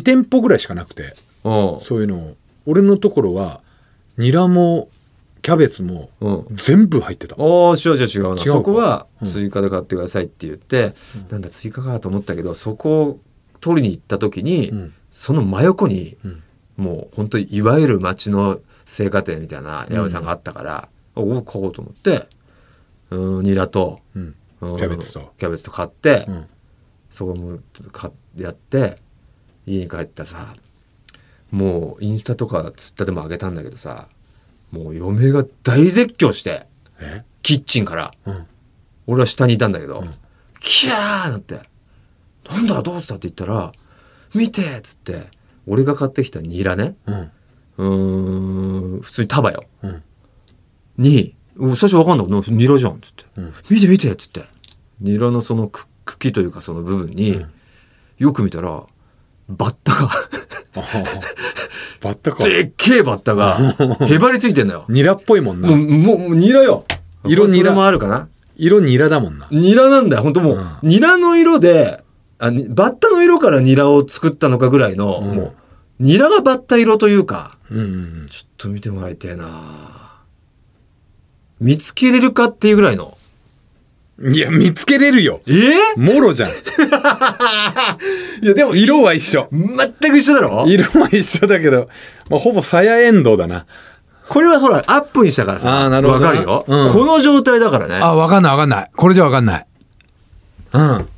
Speaker 2: 2店舗ぐらいしかなくて
Speaker 1: も。
Speaker 2: そういうのを俺のところはニラもキャベツも
Speaker 1: うん。うん。
Speaker 2: 全部入ってた、
Speaker 1: おー、違う違う違うな。
Speaker 2: 違うか
Speaker 1: そこは
Speaker 2: うん
Speaker 1: 追加で買ってくださいって言って、なんだ追加かと思ったけど、そこを取りに行った時に、
Speaker 2: うん
Speaker 1: その真横に、
Speaker 2: うん
Speaker 1: もう本当にいわゆる町の青果店みたいな八百屋さんがあったから、おお買おうと思って、うん、ニラと、
Speaker 2: うん
Speaker 1: うん
Speaker 2: キャベツと
Speaker 1: キャベツと買って、
Speaker 2: うん、
Speaker 1: そこも買ってやって家に帰ったらさもうインスタとかツイッターでも上げたんだけどさもう嫁が大絶叫して
Speaker 2: え、
Speaker 1: キッチンから
Speaker 2: うん、
Speaker 1: 俺は下にいたんだけど、キャーなって「なんだどうした?」って言ったら「見て!」っつって俺が買ってきたニラね
Speaker 2: うん
Speaker 1: うーん普通に束よ
Speaker 2: うん
Speaker 1: に「お最初わかんなかったニラじゃん」っつって
Speaker 2: うん
Speaker 1: 「見て見て」っつってニラのそのく茎というかその部分に、
Speaker 2: うん
Speaker 1: よく見たらバッタ が
Speaker 2: あははバッタか
Speaker 1: でっけえバッタが へばりついてんだよ
Speaker 2: ニラっぽいもんな
Speaker 1: もうもうもうニラよ
Speaker 2: 色ニ
Speaker 1: それ
Speaker 2: ラ
Speaker 1: もあるかな
Speaker 2: 色ニラだもんな
Speaker 1: ニラなんだよ本当もう、
Speaker 2: うん
Speaker 1: ニラの色であにバッタの色からニラを作ったのかぐらいの、
Speaker 2: うん
Speaker 1: もうニラがバッタ色というか
Speaker 2: うんうんうん
Speaker 1: ちょっと見てもらいたいな見つけれるかっていうぐらいの
Speaker 2: いや、見つけれるよ。
Speaker 1: ええ
Speaker 2: もろじ ゃん。
Speaker 1: いやでも
Speaker 2: 色は一緒。
Speaker 1: 全く一緒だろ
Speaker 2: 色は一緒だけど、まあ、ほぼさやエンドウだな。
Speaker 1: これはほらアップにしたからさ
Speaker 2: あーなるほど
Speaker 1: わかるよ、
Speaker 2: うん
Speaker 1: この状態だからね
Speaker 2: あ、わかんないわかんない。これじゃわかんない。うん。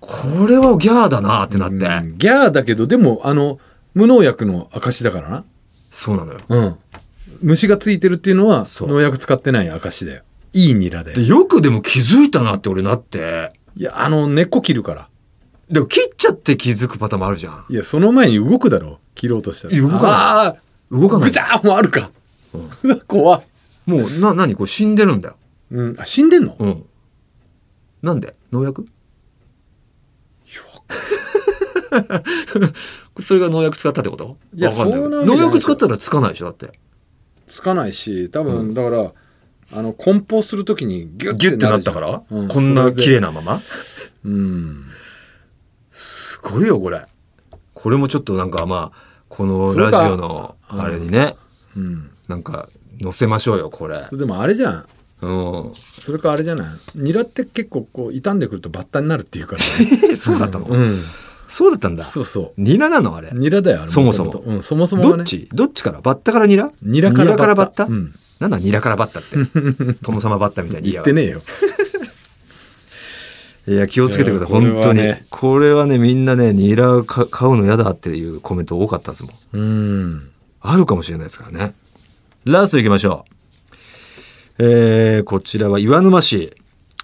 Speaker 1: これはギャーだなってなって、
Speaker 2: ギャーだけど、でも、あの、無農薬の証だからな。
Speaker 1: そうなのよ
Speaker 2: うん。虫がついてるっていうのは、
Speaker 1: そう
Speaker 2: 農薬使ってない証だよ。いいニラで
Speaker 1: で。よくでも気づいたなって俺なって
Speaker 2: いや、あの、根っこ切るから。
Speaker 1: でも切っちゃって気づくパターンもあるじゃん
Speaker 2: いや、その前に動くだろ。切ろうとしたら。
Speaker 1: 動かない
Speaker 2: あ
Speaker 1: 動かな
Speaker 2: ーぐ
Speaker 1: い
Speaker 2: ちゃーもあるか。うわ、怖い。
Speaker 1: もうな何これ死んでるんだよ
Speaker 2: うん。あ、死んでんの
Speaker 1: うんなんで農薬 それが農薬使ったってこと
Speaker 2: いや
Speaker 1: わかんない
Speaker 2: そ
Speaker 1: け
Speaker 2: うな
Speaker 1: ど
Speaker 2: わけじ
Speaker 1: 農
Speaker 2: ゃない
Speaker 1: 薬使ったらつかないでしょだって
Speaker 2: つかないし多分だから、あの梱包するときにギュッ
Speaker 1: ギュッてなった
Speaker 2: る
Speaker 1: か
Speaker 2: じゃん
Speaker 1: ら、
Speaker 2: うん
Speaker 1: こんな綺麗
Speaker 2: な
Speaker 1: なまま
Speaker 2: うん
Speaker 1: すごいよこれこれもちょっとなんかまあこのラジオのあれにね、
Speaker 2: うん
Speaker 1: なんか載せましょうよこれ
Speaker 2: でもあれじゃん
Speaker 1: うん
Speaker 2: それかあれじゃないニラって結構こう傷んでくるとバッタになるっていうから、
Speaker 1: えそうだったの、
Speaker 2: うん、
Speaker 1: そうだったんだ
Speaker 2: そうそう
Speaker 1: ニラなのあれ
Speaker 2: ニラだよあれ
Speaker 1: そもそも
Speaker 2: 元々うん、そもそもが
Speaker 1: ど
Speaker 2: ね
Speaker 1: っちどっちからバッタからニラ
Speaker 2: ニラから
Speaker 1: バッタ
Speaker 2: うん、
Speaker 1: なんだニラからバッタ って殿様バッタみたいに
Speaker 2: 言ってねえよ
Speaker 1: いや気をつけてください
Speaker 2: いや
Speaker 1: 本当に
Speaker 2: これはね
Speaker 1: これはねみんなねニラか買うの嫌だっていうコメント多かったですもん
Speaker 2: うん
Speaker 1: あるかもしれないですからね。ラスト行きましょう。えー、こちらは岩沼市、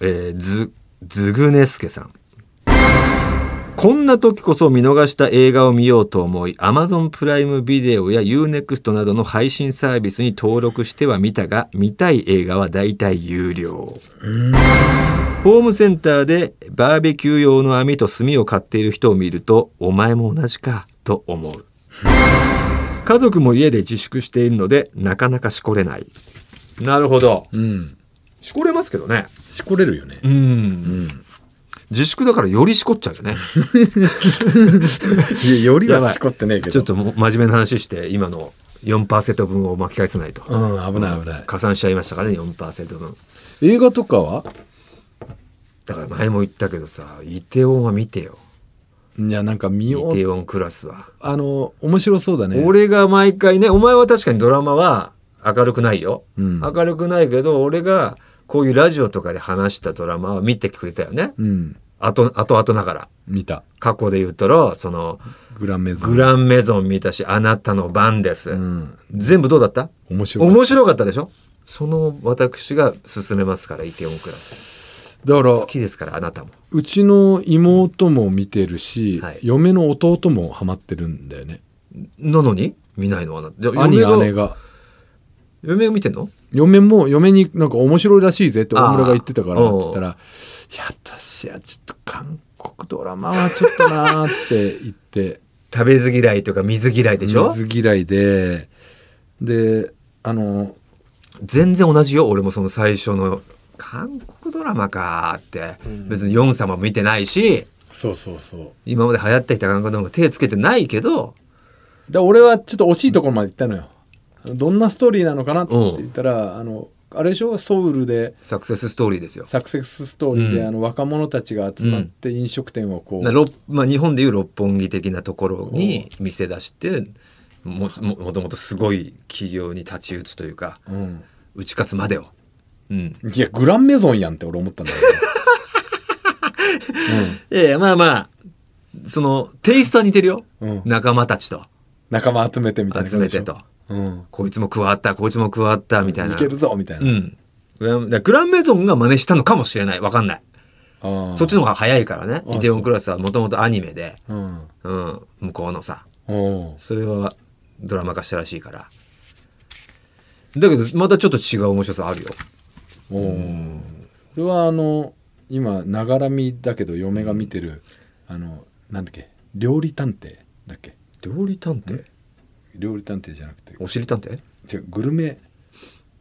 Speaker 1: えー、ず、ずぐねすけさん。こんな時こそ見逃した映画を見ようと思い、Amazon プライムビデオや Unext などの配信サービスに登録しては見たが、見たい映画は大体有料。ホームセンターでバーベキュー用の網と炭を買っている人を見ると、お前も同じか、と思う。家族も家で自粛しているのでなかなかしこれないなるほど
Speaker 2: うん
Speaker 1: しこれますけどね
Speaker 2: しこれるよね
Speaker 1: うん、自粛だからよりしこっちゃうよね
Speaker 2: いやより
Speaker 1: やば
Speaker 2: はいしこってねえけど
Speaker 1: ちょっともう真面目な話して今の4%分を巻き返さないと、
Speaker 2: うん危ない危ない
Speaker 1: 加算しちゃいましたからね4%分
Speaker 2: 映画とかは
Speaker 1: だから前も言ったけどさイテウォンは見てよ
Speaker 2: いやなんか見
Speaker 1: イ
Speaker 2: よ
Speaker 1: テ
Speaker 2: う
Speaker 1: ウォンクラスは、
Speaker 2: あの面白そうだね
Speaker 1: 俺が毎回ねお前は確かにドラマは明るくないよ、
Speaker 2: うん
Speaker 1: 明るくないけど俺がこういうラジオとかで話したドラマは見てくれたよね、
Speaker 2: うん
Speaker 1: あと、あとあとながら。
Speaker 2: 見た
Speaker 1: 過去で言ったら、その、
Speaker 2: グランメゾン
Speaker 1: グランメゾン見たし、あなたの番です。
Speaker 2: うん
Speaker 1: 全部どうだった
Speaker 2: 面白い
Speaker 1: 面白かったでしょその私が勧めますから、イテオンクラス。
Speaker 2: だから
Speaker 1: 好きですから、あなたも。
Speaker 2: うちの妹も見てるし、
Speaker 1: はい
Speaker 2: 嫁の弟もハマってるんだよね
Speaker 1: なのに見ないのあなた。
Speaker 2: 兄
Speaker 1: 嫁
Speaker 2: 姉。が
Speaker 1: 嫁が見てんの
Speaker 2: 嫁も嫁になんか面白いらしいぜって大村が言ってたから
Speaker 1: あ
Speaker 2: っ
Speaker 1: あ
Speaker 2: て言ったら「いや私はちょっと韓国ドラマはちょっとな」って言って
Speaker 1: 食べず嫌いとか水嫌いでしょ
Speaker 2: 水嫌いでであの
Speaker 1: 全然同じよ。俺もその最初の、韓国ドラマかーって。別にヨン様も見てないし、
Speaker 2: そうそうそう
Speaker 1: 今まで流行ってきた韓国ドラマ手つけてないけど、
Speaker 2: で俺はちょっと惜しいところまで行ったのよどんなストーリーなのかなって
Speaker 1: うん
Speaker 2: 言ったら、あのあれでしょソウルで
Speaker 1: サクセスストーリーですよ。
Speaker 2: サクセスストーリーで、
Speaker 1: うん
Speaker 2: あの若者たちが集まって飲食店をこう、
Speaker 1: な六まあ、日本でいう六本木的なところに店出してもももともとすごい企業に太刀打つというか
Speaker 2: うん
Speaker 1: 打ち勝つまでを、うん、
Speaker 2: いやグランメゾンやんって俺思ったんだ
Speaker 1: い
Speaker 2: け
Speaker 1: やいやまあまあそのテイストは似てるよ、
Speaker 2: うん
Speaker 1: 仲間たちと
Speaker 2: 仲間集めてみたいな
Speaker 1: 集
Speaker 2: 感じ
Speaker 1: め
Speaker 2: でしてょ
Speaker 1: と
Speaker 2: うん
Speaker 1: こいつも加わったこいつも加わったみたい
Speaker 2: い
Speaker 1: な
Speaker 2: けるぞみたいうな、
Speaker 1: んグランだからグランメゾンが真似したのかもしれないわかんない
Speaker 2: ああ
Speaker 1: そっちの方が早いからね
Speaker 2: あ
Speaker 1: イデオンクラスはもともとアニメで、
Speaker 2: うん
Speaker 1: うん、向こうのさ
Speaker 2: おう
Speaker 1: それはドラマ化したらしいからだけどまたちょっと違う面白さあるよ
Speaker 2: おう俺はあの今ながらみだけど嫁が見てるあのなんだっけ料理探偵だっけ
Speaker 1: 料理探偵
Speaker 2: 料理探偵じゃなくて
Speaker 1: お尻探偵
Speaker 2: 違うグルメ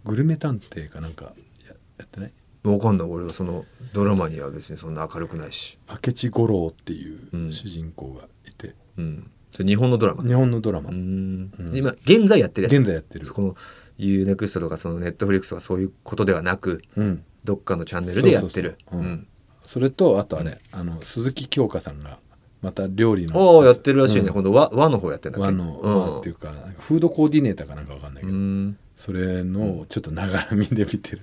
Speaker 2: グルメ探偵かなんかややってない
Speaker 1: わかんない俺はそのドラマには別にそんな明るくないし
Speaker 2: 明智五郎っていう
Speaker 1: うん
Speaker 2: 主人公がいて、
Speaker 1: うんそれ日本のドラマ
Speaker 2: 日本のドラマ、
Speaker 1: うん
Speaker 2: うん
Speaker 1: 今現在やってるやつ
Speaker 2: 現在やってる
Speaker 1: この UNEXT とかその Netflix とかそういうことではなく
Speaker 2: うん、
Speaker 1: どっかのチャンネルでやってる
Speaker 2: そうそうそううん
Speaker 1: うん
Speaker 2: それとあとあれ、あの鈴木京香さんがまた料理の
Speaker 1: ああやってるらしいね
Speaker 2: うん
Speaker 1: 今度和和の方やってんだっけ
Speaker 2: 和の和っていうかなんかフードコーディネーターかなんかわかんないけ
Speaker 1: う
Speaker 2: ど、
Speaker 1: ん
Speaker 2: それのちょっとながらみで見 てる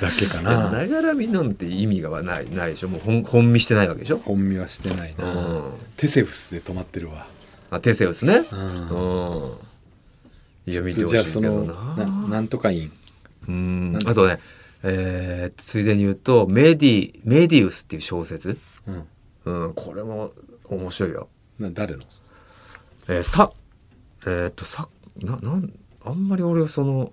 Speaker 2: だけ
Speaker 1: で
Speaker 2: か
Speaker 1: も
Speaker 2: な
Speaker 1: ながら見なんて意味がはないないでしょもう本本見してないわけでしょ
Speaker 2: 本身はしてないな、
Speaker 1: うん
Speaker 2: テセウスで止まってるわ
Speaker 1: あテセウスね
Speaker 2: う
Speaker 1: うんいや見
Speaker 2: ち
Speaker 1: て
Speaker 2: ょ
Speaker 1: ほし
Speaker 2: っとじゃあ
Speaker 1: い
Speaker 2: そ
Speaker 1: けど
Speaker 2: の
Speaker 1: な
Speaker 2: ななんとか院
Speaker 1: うんあとねえーついでに言うとメディメディウスっていう小説、
Speaker 2: うん
Speaker 1: うん、これも面白いよ
Speaker 2: な誰の
Speaker 1: えー、さえーっとさななんあんまり俺はその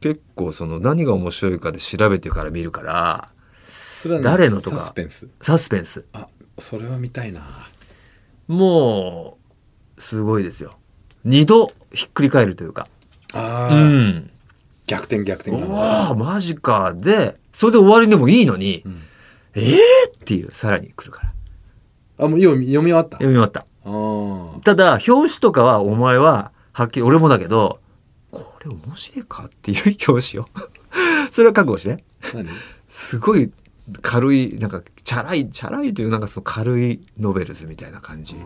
Speaker 1: 結構その何が面白いかで調べてから見るから
Speaker 2: それはね
Speaker 1: 誰のとか
Speaker 2: サスペンス
Speaker 1: サスペンス
Speaker 2: あそれは見たいな
Speaker 1: もうすごいですよ二度ひっくり返るというか
Speaker 2: あ
Speaker 1: う
Speaker 2: ー、
Speaker 1: ん
Speaker 2: 逆転逆転
Speaker 1: うわあマジかでそれで終わりでもいいのに、
Speaker 2: ん
Speaker 1: えーっていうさらに来るから
Speaker 2: あもう読み読み終わった
Speaker 1: 読み終わった
Speaker 2: あー
Speaker 1: ただ表紙とかはお前ははっきり俺もだけどこれ面白いかっていう教師を それは覚悟して
Speaker 2: 何
Speaker 1: すごい軽いなんかチャラいチャラいというなんかその軽いノベルズみたいな感じ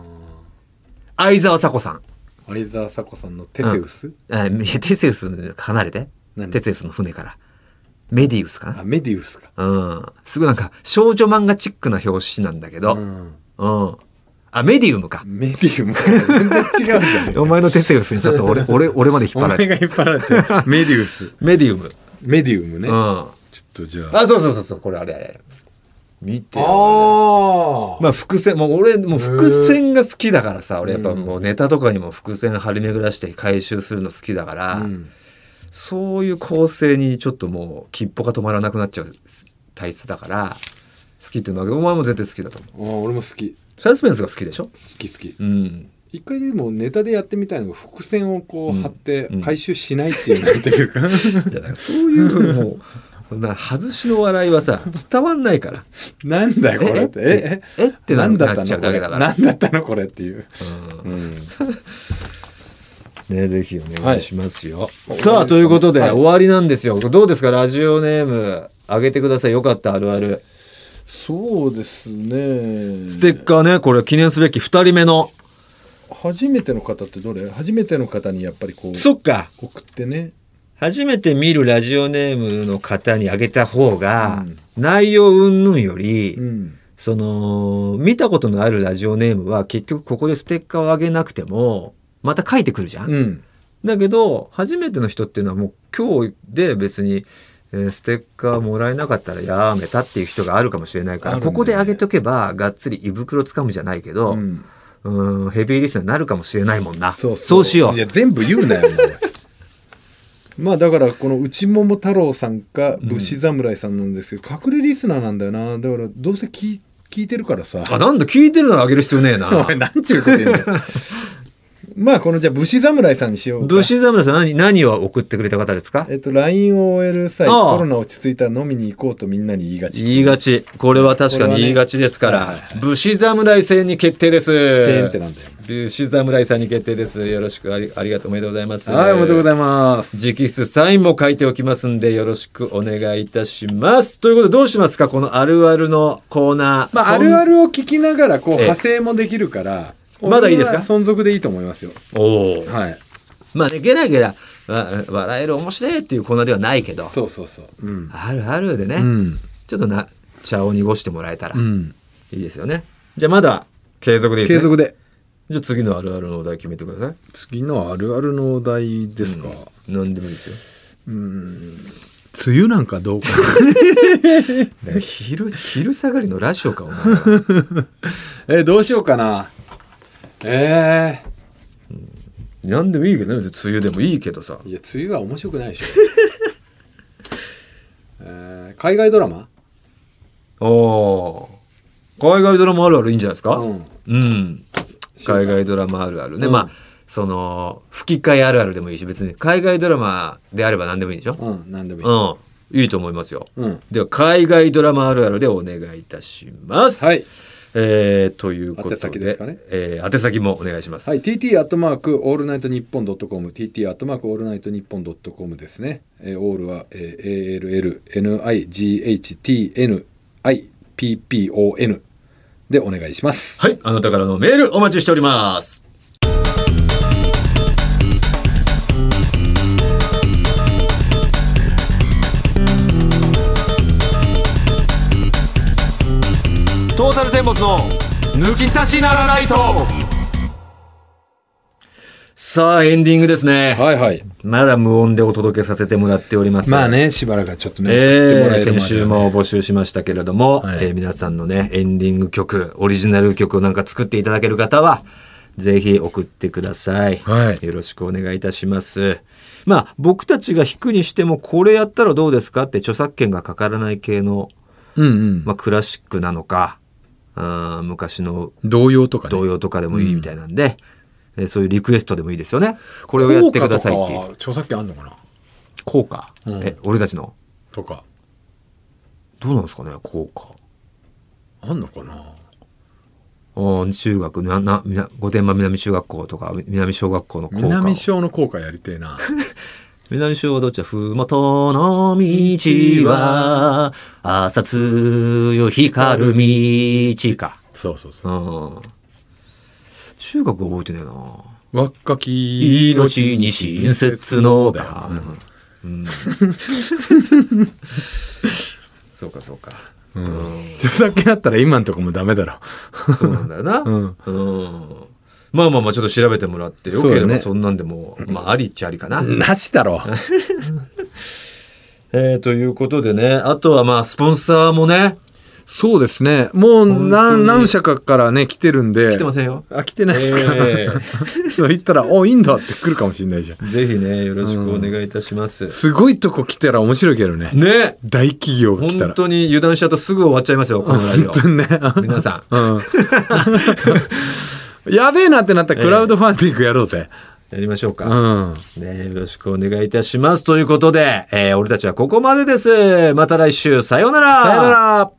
Speaker 1: 相沢佐子さん
Speaker 2: 相沢佐子さんのテセウス、
Speaker 1: あいやテセウス離れて
Speaker 2: 何
Speaker 1: テセウスの船からメディウスかな
Speaker 2: あメディウスか、
Speaker 1: うんすごいなんか少女漫画チックな表紙なんだけど、う
Speaker 2: うんん、
Speaker 1: あメディウムか
Speaker 2: メディウム から全然違うじゃん
Speaker 1: お前のテセウスにちょっと 俺俺俺まで引っ
Speaker 2: お
Speaker 1: 張ら
Speaker 2: 前
Speaker 1: れ
Speaker 2: が
Speaker 1: て
Speaker 2: 引っ張られてメディウス
Speaker 1: メディウム、
Speaker 2: メディウムね、
Speaker 1: うんあ
Speaker 2: ちょっとじゃあ
Speaker 1: そうそうそうそうこれあれあれ見て
Speaker 2: あ
Speaker 1: まあ伏線もう俺もう伏線が好きだからさ俺やっぱもうネタとかにも伏線張り巡らして回収するの好きだから、
Speaker 2: うん
Speaker 1: そういう構成にちょっともう切っぽが止まらなくなっちゃう体質だから好きっていうわけお前も絶対好きだと思う
Speaker 2: あー俺も好き好
Speaker 1: サスペンスが好きでしょ
Speaker 2: き好き
Speaker 1: うん
Speaker 2: 一回でもネタでやってみたいのが伏線をこう張って
Speaker 1: うん
Speaker 2: 回収しないっていうのができるか
Speaker 1: いやだからそういうもうな外しの笑いは さ伝わんないから
Speaker 2: なんだよこれって
Speaker 1: えええってな
Speaker 2: 何だっ
Speaker 1: な
Speaker 2: た
Speaker 1: っちゃ
Speaker 2: の
Speaker 1: う
Speaker 2: こ
Speaker 1: だけ
Speaker 2: れ
Speaker 1: だから
Speaker 2: 何だったのこれっていう、うん
Speaker 1: ねぜひお願いしますよ、さ
Speaker 2: は
Speaker 1: あ
Speaker 2: い
Speaker 1: ということで、
Speaker 2: はい
Speaker 1: 終わりなんですよどうですかラジオネームあげてくださいよかったあるある
Speaker 2: そうですね
Speaker 1: ステッカーねこれ記念すべき2人目の
Speaker 2: 初めての方ってどれ初めての方にやっぱりこう
Speaker 1: っか
Speaker 2: 送ってね
Speaker 1: 初めて見るラジオネームの方にあげた方が、内容云々より、
Speaker 2: うん
Speaker 1: その見たことのあるラジオネームは結局ここでステッカーをあげなくてもまた書いてくるじゃん、
Speaker 2: うん
Speaker 1: だけど初めての人っていうのはもう今日で別に、えーステッカーもらえなかったらやめたっていう人があるかもしれないか
Speaker 2: あ
Speaker 1: ら、
Speaker 2: るね
Speaker 1: ここであげとけばがっつり胃袋つかむじゃないけど、う
Speaker 2: うんん
Speaker 1: ヘビーリスナーになるかもしれないもんな
Speaker 2: そう
Speaker 1: しよう
Speaker 2: いや全部言うなよもう まあだからこの内桃太郎さんか武士侍さんなんですけど、隠れリスナーなんだよなだからどうせ聞い聞いてるからさ
Speaker 1: あなんだ聞いてるならあげる必要ねえな
Speaker 2: おいなんちゅうこと言うんだよ まあこのじゃあ武士侍さんにしようか
Speaker 1: 武士侍さん何何を送ってくれた方ですか
Speaker 2: えっと LINE を終える際
Speaker 1: ああ
Speaker 2: コロナ落ち着いたら飲みに行こうとみんなに言いがち
Speaker 1: 言いがちこれは確かに言いがちですから、
Speaker 2: これはね
Speaker 1: 武士侍戦に決定です
Speaker 2: 千円ってなんだよ
Speaker 1: 武士侍さんに決定ですよろしくありありがとうおめでとうございます
Speaker 2: はいおめでとうござ
Speaker 1: い
Speaker 2: います
Speaker 1: 直筆サインも書いておきますんでよろしくお願いいたしますということでどうしますかこのあるあるのコーナー、
Speaker 2: まあ、
Speaker 1: そん
Speaker 2: あるあるを聞きながらこう
Speaker 1: ええ
Speaker 2: 派生もできるから
Speaker 1: まだいいですか
Speaker 2: 俺は存続でいいと思いますよ
Speaker 1: おお
Speaker 2: はい
Speaker 1: まあねゲラゲラわ笑える面白いっていうコーナーではないけど
Speaker 2: そうそうそううん
Speaker 1: あるあるでね、
Speaker 2: うん
Speaker 1: ちょっとな茶を濁してもらえたら、
Speaker 2: うん
Speaker 1: いいですよねじゃあまだ継続でいいですね
Speaker 2: 継続で
Speaker 1: じゃあ次のあるあるのお題決めてください
Speaker 2: 次のあるあるのお題ですか、
Speaker 1: 何でもいいです
Speaker 2: 梅雨なんかどうか
Speaker 1: よ昼昼下がりのラジオかお前 は
Speaker 2: えどうしようかなえ
Speaker 1: 何でもいいけどね別に梅雨でもいいけどさ
Speaker 2: ー、いや梅雨は面白くないでしょ、 えー、海外ドラマ
Speaker 1: あー海外ドラマあるあるいいんじゃないですか
Speaker 2: うん
Speaker 1: うん海外ドラマあるあるね、
Speaker 2: うん
Speaker 1: まあその吹き替えあるあるでもいいし別に海外ドラマであれば何でもいいでしょ
Speaker 2: うん何でもいい、
Speaker 1: うんいいと思いますよ、
Speaker 2: うん
Speaker 1: では海外ドラマあるあるでお願いいたします
Speaker 2: はい
Speaker 1: えー、ということで
Speaker 2: 宛先ですかね
Speaker 1: えー宛先もお願いします
Speaker 2: はい、TT アットマークオールナイトニッポンドットコム TT アットマークオールナイトニッポンドットコムですね、えー、オールは、えー、ALLNIGHTNIPPON でお願いします
Speaker 1: はい、あなたからのメールお待ちしております。トータルテンボスの抜き差しならないと。さあエンディングですね。
Speaker 2: はいはい
Speaker 1: まだ無音でお届けさせてもらっております。
Speaker 2: まあ。ねしばらくはちょっとね、送って
Speaker 1: え
Speaker 2: もら
Speaker 1: ー、
Speaker 2: えるまではね
Speaker 1: 先週も募集しましたけれども、
Speaker 2: はい
Speaker 1: えー皆さんのねエンディング曲オリジナル曲をなんか作っていただける方はぜひ送ってください、
Speaker 2: はい
Speaker 1: よろしくお願いいたしますまあ僕たちが弾くにしてもこれやったらどうですかって著作権がかからない系の、
Speaker 2: うんうん、
Speaker 1: まあ、クラシックなのかあー昔の
Speaker 2: 同様とかね
Speaker 1: 童謡とかでもいいみたいなんで、えーそういうリクエストでもいいですよねこ
Speaker 2: こ
Speaker 1: れをやってくださいっていう
Speaker 2: 著作権あんのかな
Speaker 1: 効果、
Speaker 2: うん
Speaker 1: え俺たちの
Speaker 2: とか
Speaker 1: どうなんですかね効果
Speaker 2: あんのかな
Speaker 1: おー中学ななな御殿場南中学校とか南小学校の校歌を
Speaker 2: 南小の効果やりてえな
Speaker 1: 南小はどっちだふもとの道は、朝強光る道か。
Speaker 2: そうそうそ
Speaker 1: う
Speaker 2: う。
Speaker 1: ん。中学覚えてねえな。
Speaker 2: 若き
Speaker 1: 命に親切のだ。 うん。そうかそうか。
Speaker 2: さっきだったら今のとこもダメだろ。
Speaker 1: そうなんだよな。
Speaker 2: うん
Speaker 1: うんまあまあまあちょっと調べてもらってよ
Speaker 2: そう
Speaker 1: け
Speaker 2: だね
Speaker 1: ればそんなんでも、まあありっちゃあり かな。
Speaker 2: なしだろ。
Speaker 1: えーということでねあとはまあスポンサーもね
Speaker 2: そうですね。もう
Speaker 1: 本当
Speaker 2: 何
Speaker 1: に
Speaker 2: 何社かからね、来てるんで。
Speaker 1: 来てませんよ。
Speaker 2: あ、来てないですか。
Speaker 1: え
Speaker 2: そう言ったら、お、いいんだって来るかもしれないじゃん。
Speaker 1: ぜひねよろしくお願いいたします。
Speaker 2: すごいとこ来たら面白いけどね。
Speaker 1: ね
Speaker 2: 大企業が来た
Speaker 1: 本
Speaker 2: ら。
Speaker 1: 当に油断しちゃうとすぐ終わっちゃいますよこのラジ オ。
Speaker 2: 当に ね。
Speaker 1: 皆さん
Speaker 2: うん。やべえなってなったらクラウドファンディングやろうぜ。
Speaker 1: やりましょう
Speaker 2: う
Speaker 1: か。
Speaker 2: ん。
Speaker 1: ね、よろしくお願いいたします。ということで、えー俺たちはここまでです。また来週、さようなら。
Speaker 2: さよなら。